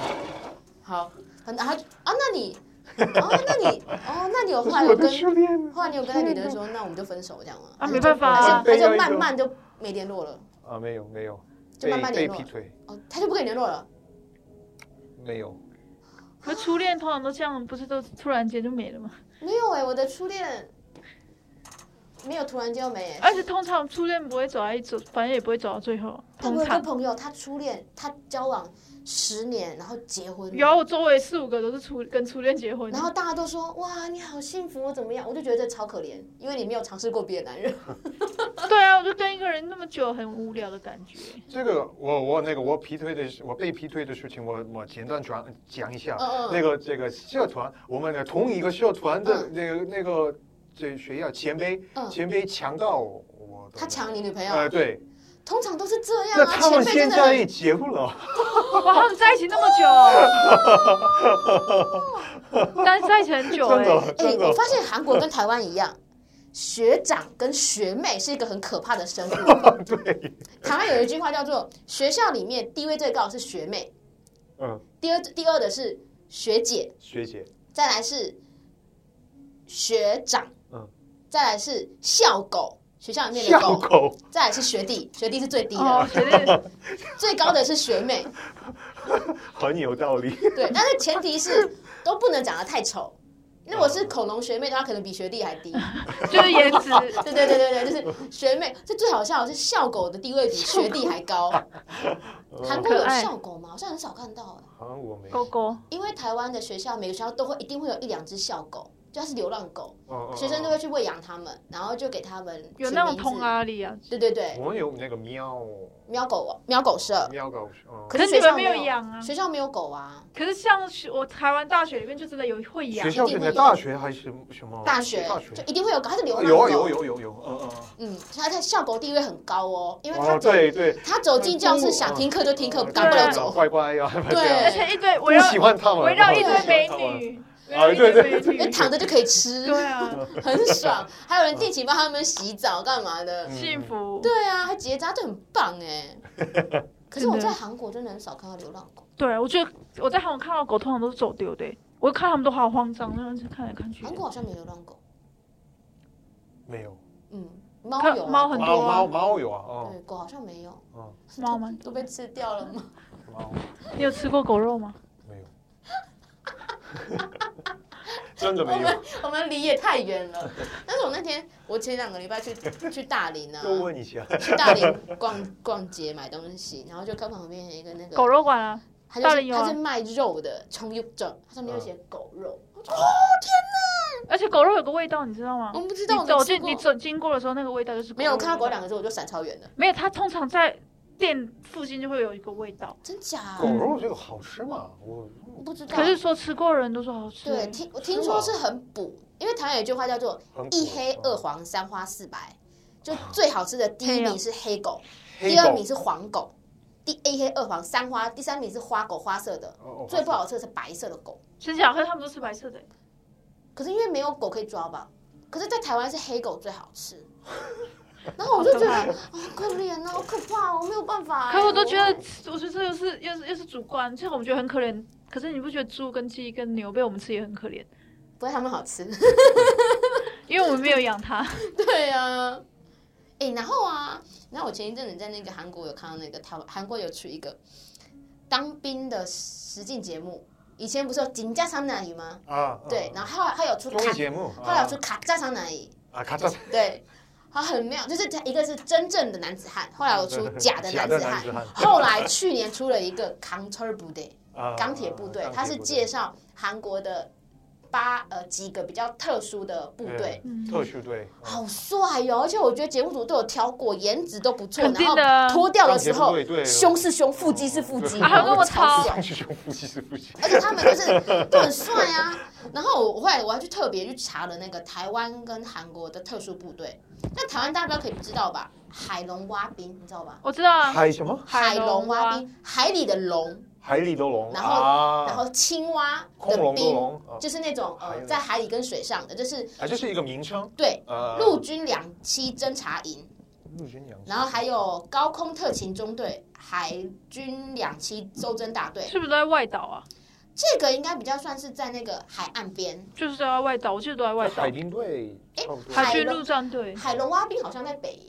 Speaker 1: 好，很啊啊，那你。哦，那你哦，那你有
Speaker 3: 这
Speaker 1: 后来
Speaker 3: 是我
Speaker 1: 有
Speaker 3: 的
Speaker 1: 跟
Speaker 3: 初恋
Speaker 1: 后来你有跟那女的说，那我们就分手这样吗？
Speaker 2: 啊
Speaker 1: 还是
Speaker 2: 没办法啊
Speaker 1: 还是还
Speaker 3: 被那
Speaker 1: 是
Speaker 3: 一
Speaker 1: 慢
Speaker 3: 种
Speaker 1: 慢就没联络了，
Speaker 3: 啊，没有没有，
Speaker 1: 就慢
Speaker 3: 被
Speaker 1: 慢
Speaker 3: 被
Speaker 1: 联络
Speaker 3: 劈
Speaker 1: 了。
Speaker 3: 腿
Speaker 1: 哦，他就不跟你联络了。
Speaker 3: 没有，
Speaker 2: 和初恋通常都这样，不是都突然间就没了吗？
Speaker 1: 没有哎、我的初恋没有突然就没、欸。
Speaker 2: 而且通常初恋不会走到一走，反正也不会走到最后。
Speaker 1: 但
Speaker 2: 通
Speaker 1: 我有个
Speaker 2: 常
Speaker 1: 朋友，他初恋，他交往十年，然后结婚了，
Speaker 2: 有我周围四五个都是初跟初恋结婚的
Speaker 1: 然，后大家都说哇，你好幸福，哦怎么样？我就觉得超可怜，因为你没有尝试过别的男人。
Speaker 2: 对啊，我就跟一个人那么久，很无聊的感 觉。
Speaker 3: 这个我我那个我劈腿的事我被劈腿的事情，我我简单转讲一下。
Speaker 1: 嗯
Speaker 3: 那
Speaker 1: 嗯，
Speaker 3: 个这个社团，我们的同一个社团的那个那个这学校前辈
Speaker 1: 嗯
Speaker 3: 前辈强到我的，
Speaker 1: 他抢你女朋友，
Speaker 3: 呃对，
Speaker 1: 通常都是这样
Speaker 3: 那
Speaker 1: 啊。
Speaker 3: 他
Speaker 1: 前
Speaker 3: 们
Speaker 1: 辈真
Speaker 3: 现
Speaker 1: 的很
Speaker 3: 在结婚了。
Speaker 2: 哇，他们在一起那么久，但是在一起很久
Speaker 3: 真的
Speaker 2: 哎。
Speaker 1: 哎、
Speaker 3: 真
Speaker 1: 我
Speaker 3: 的，
Speaker 1: 发现 韩国跟台湾一样，学长跟学妹是一个很可怕的 生物。
Speaker 3: 对，
Speaker 1: 台湾有一句话叫做“学校里面地位最高的是学妹，
Speaker 3: 嗯，
Speaker 1: 第二第二的是学姐，
Speaker 3: 学姐，
Speaker 1: 再来是学长，
Speaker 3: 嗯
Speaker 1: 再来是校狗，学校里面的
Speaker 3: 笑
Speaker 1: 狗，
Speaker 3: 狗，
Speaker 1: 再来是学弟，学弟是最低的，
Speaker 2: 哦，学弟，
Speaker 1: 最高的是学妹，
Speaker 3: 很有道理。
Speaker 1: 对，但是前提是都不能长得太丑。如果是恐龙学妹的话，可能比学弟还低。
Speaker 2: 就是颜 值，
Speaker 1: 对对对对对，就是学妹。这最好笑的是校狗的地位比学弟还高。韩国有
Speaker 2: 可爱
Speaker 1: 校狗吗？好像很少看到、欸，
Speaker 3: 好像我没有
Speaker 2: 狗狗。
Speaker 1: 因为台湾的学校每个学校都会一定会有一两只校狗，就它是流浪狗，
Speaker 3: 嗯嗯
Speaker 1: 学生
Speaker 3: 嗯
Speaker 1: 都会去喂养它们，然后就给它们
Speaker 2: 有
Speaker 1: 取
Speaker 2: 那种
Speaker 1: 名字
Speaker 2: 通阿里啊，
Speaker 1: 对对对，
Speaker 3: 我们有那个喵
Speaker 1: 喵狗喵狗哦社，
Speaker 3: 喵狗，嗯
Speaker 1: 可
Speaker 2: 可
Speaker 1: 是
Speaker 2: 是你们
Speaker 1: 学校
Speaker 2: 没有养啊。
Speaker 1: 学校没有狗啊。
Speaker 2: 可是像学我台湾大学里面就真的有会养
Speaker 3: 学，校是在大学还是什么？
Speaker 1: 大学
Speaker 3: 大哦学
Speaker 1: 就一定会有狗，它是流浪狗。
Speaker 3: 有啊有有有有，嗯嗯。
Speaker 1: 嗯，它它校狗地位很高哦，因为它
Speaker 3: 哦，
Speaker 1: 走
Speaker 3: 对对，
Speaker 1: 它走进教室
Speaker 3: 嗯
Speaker 1: 想听课就听课，
Speaker 3: 嗯
Speaker 1: 赶不了
Speaker 2: 对
Speaker 1: 走。
Speaker 3: 乖乖呀， 这样
Speaker 2: 而且一堆
Speaker 3: 不
Speaker 2: 围绕
Speaker 3: 喜欢他们，
Speaker 2: 围绕一堆
Speaker 3: 不
Speaker 2: 美
Speaker 3: 喜欢他们，
Speaker 2: 女，围
Speaker 3: 啊
Speaker 2: 绕一堆
Speaker 3: 对
Speaker 2: 美
Speaker 1: 因为
Speaker 2: 女，
Speaker 1: 躺着就可以吃，
Speaker 2: 对 啊，
Speaker 1: 很 爽。还有人定期帮他们洗澡干嘛的？
Speaker 3: 嗯
Speaker 2: 幸福，
Speaker 1: 对啊，还结扎，这很棒 哎。可是我
Speaker 2: 真的
Speaker 1: 在韩国真的很少看到流浪狗，
Speaker 2: 对，我觉得我在韩国看到狗通常都是走丢的欸，我看他们都好慌张，那样子看来看去
Speaker 1: 韩，国好像没流浪狗。
Speaker 3: 没有
Speaker 1: 嗯，猫
Speaker 2: 看
Speaker 1: 有啊
Speaker 2: 猫很
Speaker 3: 猫
Speaker 2: 多啊
Speaker 3: 猫猫有啊，哦
Speaker 1: 对狗好像没有，
Speaker 3: 哦，
Speaker 2: 猫吗？
Speaker 1: 都被吃掉了吗？
Speaker 3: 猫
Speaker 2: 你有吃过狗肉吗？
Speaker 3: 没有，真的没有，
Speaker 1: 我们离也太远了。 但是我那天，我前两个礼拜去去大林 啊，
Speaker 3: 多问一下，
Speaker 1: 去大林逛逛街买东西，然后就看旁边有一个那个
Speaker 2: 狗，肉馆啊，
Speaker 1: 他就
Speaker 2: 大
Speaker 1: 是
Speaker 2: 林有啊
Speaker 1: 他是卖肉的，葱油粽，它上面就写狗肉。我说哦天
Speaker 2: 而且狗肉有个味道，你知道吗？
Speaker 1: 我不知
Speaker 2: 哦你
Speaker 1: 道，
Speaker 2: 走
Speaker 1: 我没吃
Speaker 2: 进
Speaker 1: 过
Speaker 2: 你走经过的时候，那个味道就是
Speaker 1: 没有我看到狗
Speaker 2: 狗肉的
Speaker 1: 肉
Speaker 2: 味道
Speaker 1: 两个字我就闪超远了，
Speaker 2: 没有，它通常在店附近就会有一个味道。
Speaker 1: 真假？
Speaker 3: 狗肉这个好吃吗？我
Speaker 1: 我不知道。
Speaker 2: 可是说吃过的人都说好吃。
Speaker 1: 对，听我听说是很补，因为台湾有一句话叫做
Speaker 3: 很嗯
Speaker 1: “一黑二黄三花四白”，就最好吃的第一
Speaker 2: 黑哦
Speaker 1: 名是黑狗，
Speaker 3: 黑
Speaker 1: 第二
Speaker 3: 狗
Speaker 1: 名是黄狗，第一黑二黄三花，第三名是花狗花色的，
Speaker 3: 哦哦
Speaker 1: 最不好吃的是白色的狗。
Speaker 2: 真假？可是他们都吃白色的、
Speaker 1: 可是因为没有狗可以抓吧，可是在台湾是黑狗最好吃。然后我就觉得
Speaker 2: 好可
Speaker 1: 啊，好可怜哦，好可怕哦，我没有办法哎。
Speaker 2: 可我都觉得，我觉得这又是又是又是主观，像我们觉得很可怜。可是你不觉得猪跟鸡跟牛被我们吃也很可怜？
Speaker 1: 不会他们好吃。
Speaker 2: 因为我们没有养它。
Speaker 1: 对呀、啊，哎、然后啊，然后我前一阵子在那个韩国有看到那个台湾韩国有出一个当兵的实境节目，以前不是有金家桑拿鱼吗？
Speaker 3: 啊，
Speaker 1: 对，然后后来还有出
Speaker 3: 综艺
Speaker 1: 卡，
Speaker 3: 节目，
Speaker 1: 后来有出卡扎桑拿鱼，
Speaker 3: 啊，咔嚓，
Speaker 1: 对，好很妙，就是一个是真正的男子汉，后来有哦 出假 的男子汉，
Speaker 3: 汉，
Speaker 1: 后来去年出了一个 Counter b u d
Speaker 3: 啊
Speaker 1: 钢铁部队，它是介绍韩国的八呃几个比较特殊的部队。
Speaker 2: 嗯，
Speaker 3: 特殊队，
Speaker 1: 好帅哟、而且我觉得节目组都有挑过，颜值都不错，
Speaker 2: 肯
Speaker 1: 然
Speaker 2: 定
Speaker 1: 后
Speaker 2: 的啊
Speaker 1: 脱掉的时
Speaker 3: 钢
Speaker 1: 候
Speaker 3: 铁，部队对
Speaker 1: 胸是胸，腹肌是腹肌，
Speaker 3: 啊还有
Speaker 2: 跟我
Speaker 1: 超
Speaker 2: 吵
Speaker 1: 屌
Speaker 3: 上。去胸腹肌是腹肌，
Speaker 1: 而且他们就是都很帅啊。然后我我后来我还去特别去查了那个台湾跟韩国的特殊部队，那台湾大家可以知道吧？海龙蛙兵，你知道吧？
Speaker 2: 我知道啊。
Speaker 3: 海什么？
Speaker 1: 海龙蛙
Speaker 2: 蛙，
Speaker 1: 兵，海里的龙，
Speaker 3: 海里的龙，
Speaker 1: 然后
Speaker 3: 啊
Speaker 1: 然后青蛙
Speaker 3: 恐
Speaker 1: 的
Speaker 3: 龙的
Speaker 1: 兵，
Speaker 3: 龙，啊
Speaker 1: 就是那种
Speaker 3: 海
Speaker 1: 呃
Speaker 3: 里
Speaker 1: 在海里跟水上的，就是
Speaker 3: 啊，这是一个名称，
Speaker 1: 对
Speaker 3: 呃，
Speaker 1: 陆军两栖侦察营。
Speaker 3: 陆军养殖，
Speaker 1: 然后还有高空特勤中队、海军两栖搜侦大队，
Speaker 2: 是不是都在外岛啊？
Speaker 1: 这个应该比较算是在那个海岸边。
Speaker 2: 就是在外岛，我记得都在外岛
Speaker 3: 海。兵队，
Speaker 1: 哎
Speaker 3: 差不多
Speaker 2: 海
Speaker 1: 海
Speaker 2: 军
Speaker 1: 龙
Speaker 2: 陆战队，
Speaker 1: 海龙蛙兵好像在北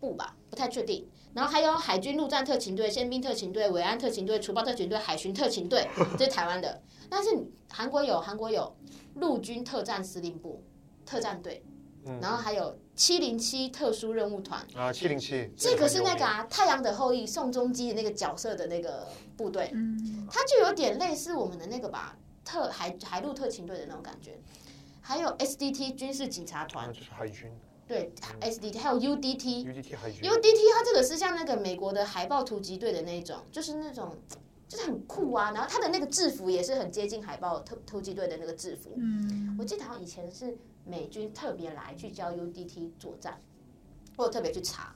Speaker 1: 部吧，不太确定。然后还有海军陆战特勤队、宪兵特勤队、维安特勤队、除暴特勤队、海巡特勤队， 这是台湾的。但是韩国有韩国有陆军特战司令部、特战队，
Speaker 3: 嗯
Speaker 1: 然后还有七零七特殊任务团。
Speaker 3: 啊，七零七，
Speaker 1: 这个是那个啊，《太阳的后裔》宋仲基的那个角色的那个部队，
Speaker 2: 嗯，
Speaker 1: 它就有点类似我们的那个吧，特海海陆特勤队的那种感觉。还有 SDT 军事警察
Speaker 3: 啊，
Speaker 1: 团，
Speaker 3: 就是海军
Speaker 1: 对 SDT，还有 UDT。
Speaker 3: ，UDT 海军，
Speaker 1: UDT 它这个是像那个美国的海豹突击队的那种，就是那种就是很酷啊，然后它的那个制服也是很接近海豹突突击队的那个制服。
Speaker 2: 嗯，
Speaker 1: 我记得好像以前是美军特别来去教 UDT 作战，我有特别去查，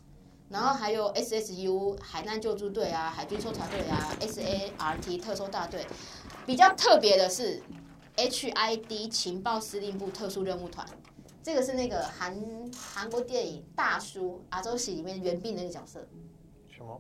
Speaker 1: 然后还有 SSU 海难救助队啊、海军搜查队啊、SART 特搜大队，比较特别的是 HID 情报司令部特殊任务团。这个是那个韩韩国电影《大叔阿周喜》里面袁彬的那个角色，
Speaker 3: 什么？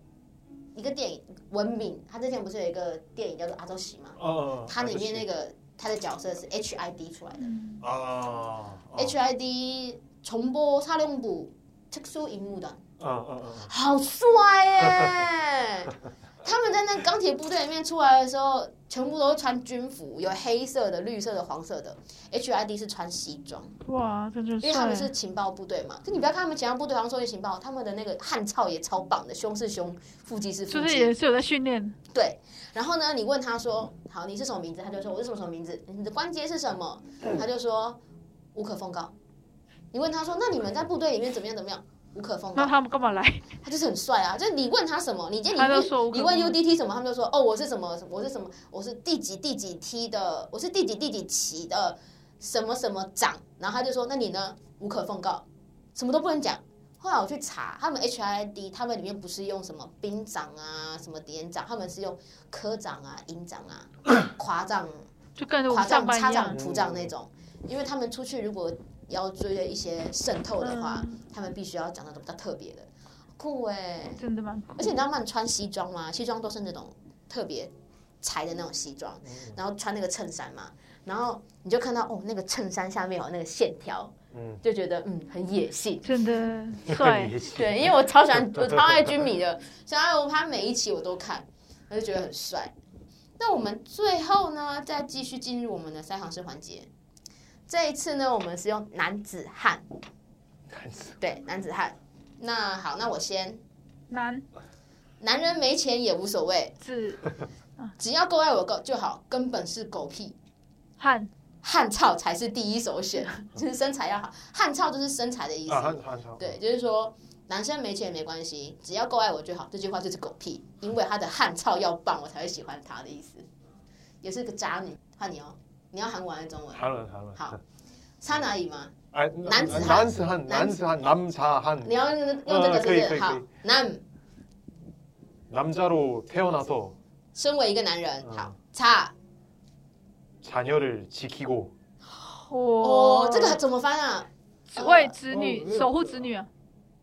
Speaker 1: 一个电影文敏，他之前不是有一个电影叫做《阿周喜》吗？
Speaker 3: 呃，
Speaker 1: 他里面那个他的角色是 HID 出来的。
Speaker 3: 个啊，
Speaker 2: 哦
Speaker 1: HID 정보 사령부 특수 임무단，
Speaker 3: 啊啊
Speaker 1: 好帅耶！ 他们在那钢铁部队里面出来的时候，全部都是穿军服，有黑色的、绿色的、黄色的。HID 是穿西装，
Speaker 2: 哇，感觉
Speaker 1: 因为他们
Speaker 2: 帅啊
Speaker 1: 是。情报部队嘛。就你不要看他们其他部队好像说是情报，他们的那个汗臭也超棒的，胸是胸，腹肌是腹
Speaker 2: 就是
Speaker 1: 肌。
Speaker 2: 也是有在训练，
Speaker 1: 对，然后呢，你问他说：“好，你是什么名字？”他就说：“我是什么什么名字？你的关节是什么？”他就说：“无可奉告。”你问他说：“那你们在部队里面怎么样？怎么样？”无可奉
Speaker 2: 那
Speaker 1: 告，
Speaker 2: 他们干嘛来？
Speaker 1: 他就是很帅啊！就是你问他什么，你今天
Speaker 2: 他
Speaker 1: 你
Speaker 2: 就
Speaker 1: 问
Speaker 2: 说无可
Speaker 1: 你
Speaker 2: 奉告
Speaker 1: 问 UDT 什么，他们就说：“哦，我是什么？我是什么？我是第几第几梯的？我是第几第几旗的什么什么长？”然后他就说：“那你呢？无可奉告，什么都不能讲。”后来我去查，他们 HID 他们里面不是用什么兵长啊、什么连长，他们是用科长啊、营长啊、 夸长、
Speaker 2: 就跟着我
Speaker 1: 夸
Speaker 2: 们上
Speaker 1: 长、
Speaker 2: 班
Speaker 1: 差
Speaker 2: 一
Speaker 1: 长、
Speaker 2: 样。
Speaker 1: 图长那种，因为他们出去如果要追一些渗透的话，
Speaker 2: 嗯
Speaker 1: 他们必须要讲那种比较特别的，酷哎、
Speaker 2: 真的蛮酷
Speaker 1: 而且你知道他们穿西装吗？西装都是那种特别裁的那种西装，
Speaker 3: 嗯
Speaker 1: 然后穿那个衬衫嘛，然后你就看到哦，那个衬衫下面有那个线条，
Speaker 3: 嗯，
Speaker 1: 就觉得嗯很野性。
Speaker 2: 真的 帅，
Speaker 1: 对，因为我超喜欢，我超爱军迷的，所以我他每一期我都看，我就觉得很帅。那我们最后呢，再继续进入我们的三行诗环节。这一次呢，我们是用男子汉，对，男子汉。那好，那我先，
Speaker 2: 男
Speaker 1: 男人没钱也无所谓，
Speaker 2: 子
Speaker 1: 只要够爱我够就好，根本是狗屁。
Speaker 2: 汉
Speaker 1: 汉操才是第一首 选，就是身材要好。汉操就是身材的意思，
Speaker 3: 啊，汉汉朝，
Speaker 1: 对，就是说男生没钱没关系，只要够爱我就好。这句话就是狗屁，因为他的汉操要棒，我才会喜欢他的意思，也是个渣女。换你哦，你要韩文还是中文？
Speaker 3: 韩文韩文，
Speaker 1: 好，差哪里吗？
Speaker 3: 哎，
Speaker 1: 男子汉
Speaker 3: 男子汉，男子汉，男茶汉，
Speaker 1: 你要用用这个
Speaker 3: 呃可以
Speaker 1: 是不
Speaker 3: 可
Speaker 1: 是？
Speaker 3: 以
Speaker 1: 好
Speaker 3: 可以，
Speaker 1: 男，
Speaker 3: 남자로 태어나서
Speaker 1: 身为一个男人，
Speaker 3: 嗯
Speaker 1: 好差
Speaker 3: 자녀를 지키고
Speaker 1: 哦，这个怎么翻啊？
Speaker 2: 为子女
Speaker 3: 哦哦
Speaker 2: 守护子女啊，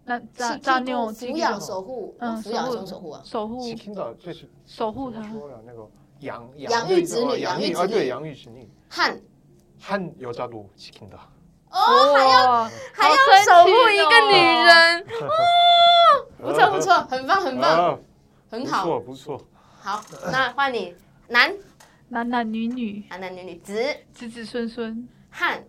Speaker 2: 那
Speaker 1: 呃
Speaker 2: 扎扎
Speaker 1: 是
Speaker 2: 妞
Speaker 1: 抚养守护，
Speaker 2: 嗯
Speaker 1: 抚养
Speaker 2: 守护
Speaker 1: 中守护啊，
Speaker 2: 守护
Speaker 3: 지킨다,这是
Speaker 2: 守护
Speaker 3: 怎
Speaker 2: 他
Speaker 3: 么，说呀？那个养
Speaker 1: 养育子女
Speaker 3: 哦
Speaker 1: 养
Speaker 3: 养
Speaker 1: 育
Speaker 3: 育啊，
Speaker 1: 子女
Speaker 3: 对，养育子女，
Speaker 1: 汉
Speaker 3: 아, 한 여자도 지킨다. 아,
Speaker 1: 哦，还要
Speaker 2: 要
Speaker 1: 还要
Speaker 4: 守护一个女 人，
Speaker 1: 哦 不错不错， 很棒很棒，
Speaker 3: 啊，
Speaker 1: 很好，
Speaker 3: 不错不错。
Speaker 1: 好，那换你男啊
Speaker 2: 男男女女，
Speaker 1: 男男女女子
Speaker 2: 子子孙孙，
Speaker 1: 汉，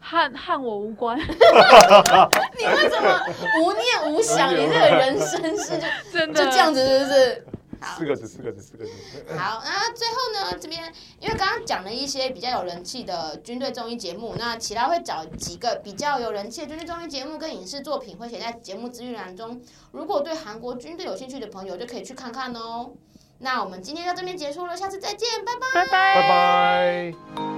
Speaker 2: 和和我无关，
Speaker 1: 你为什么无念 无想？你这个人生是就
Speaker 2: 真的
Speaker 1: 就这样子是不是？好
Speaker 3: 四个字，四个字，四个字。
Speaker 1: 好，那最后呢，这边因为刚刚讲了一些比较有人气的军队综艺节目，那其他会找几个比较有人气的军队综艺节目跟影视作品，会写在节目资讯栏中。如果对韩国军队有兴趣的朋友，就可以去看看哦。那我们今天到这边结束了，下次再见，拜拜。
Speaker 2: 拜拜
Speaker 3: 拜拜。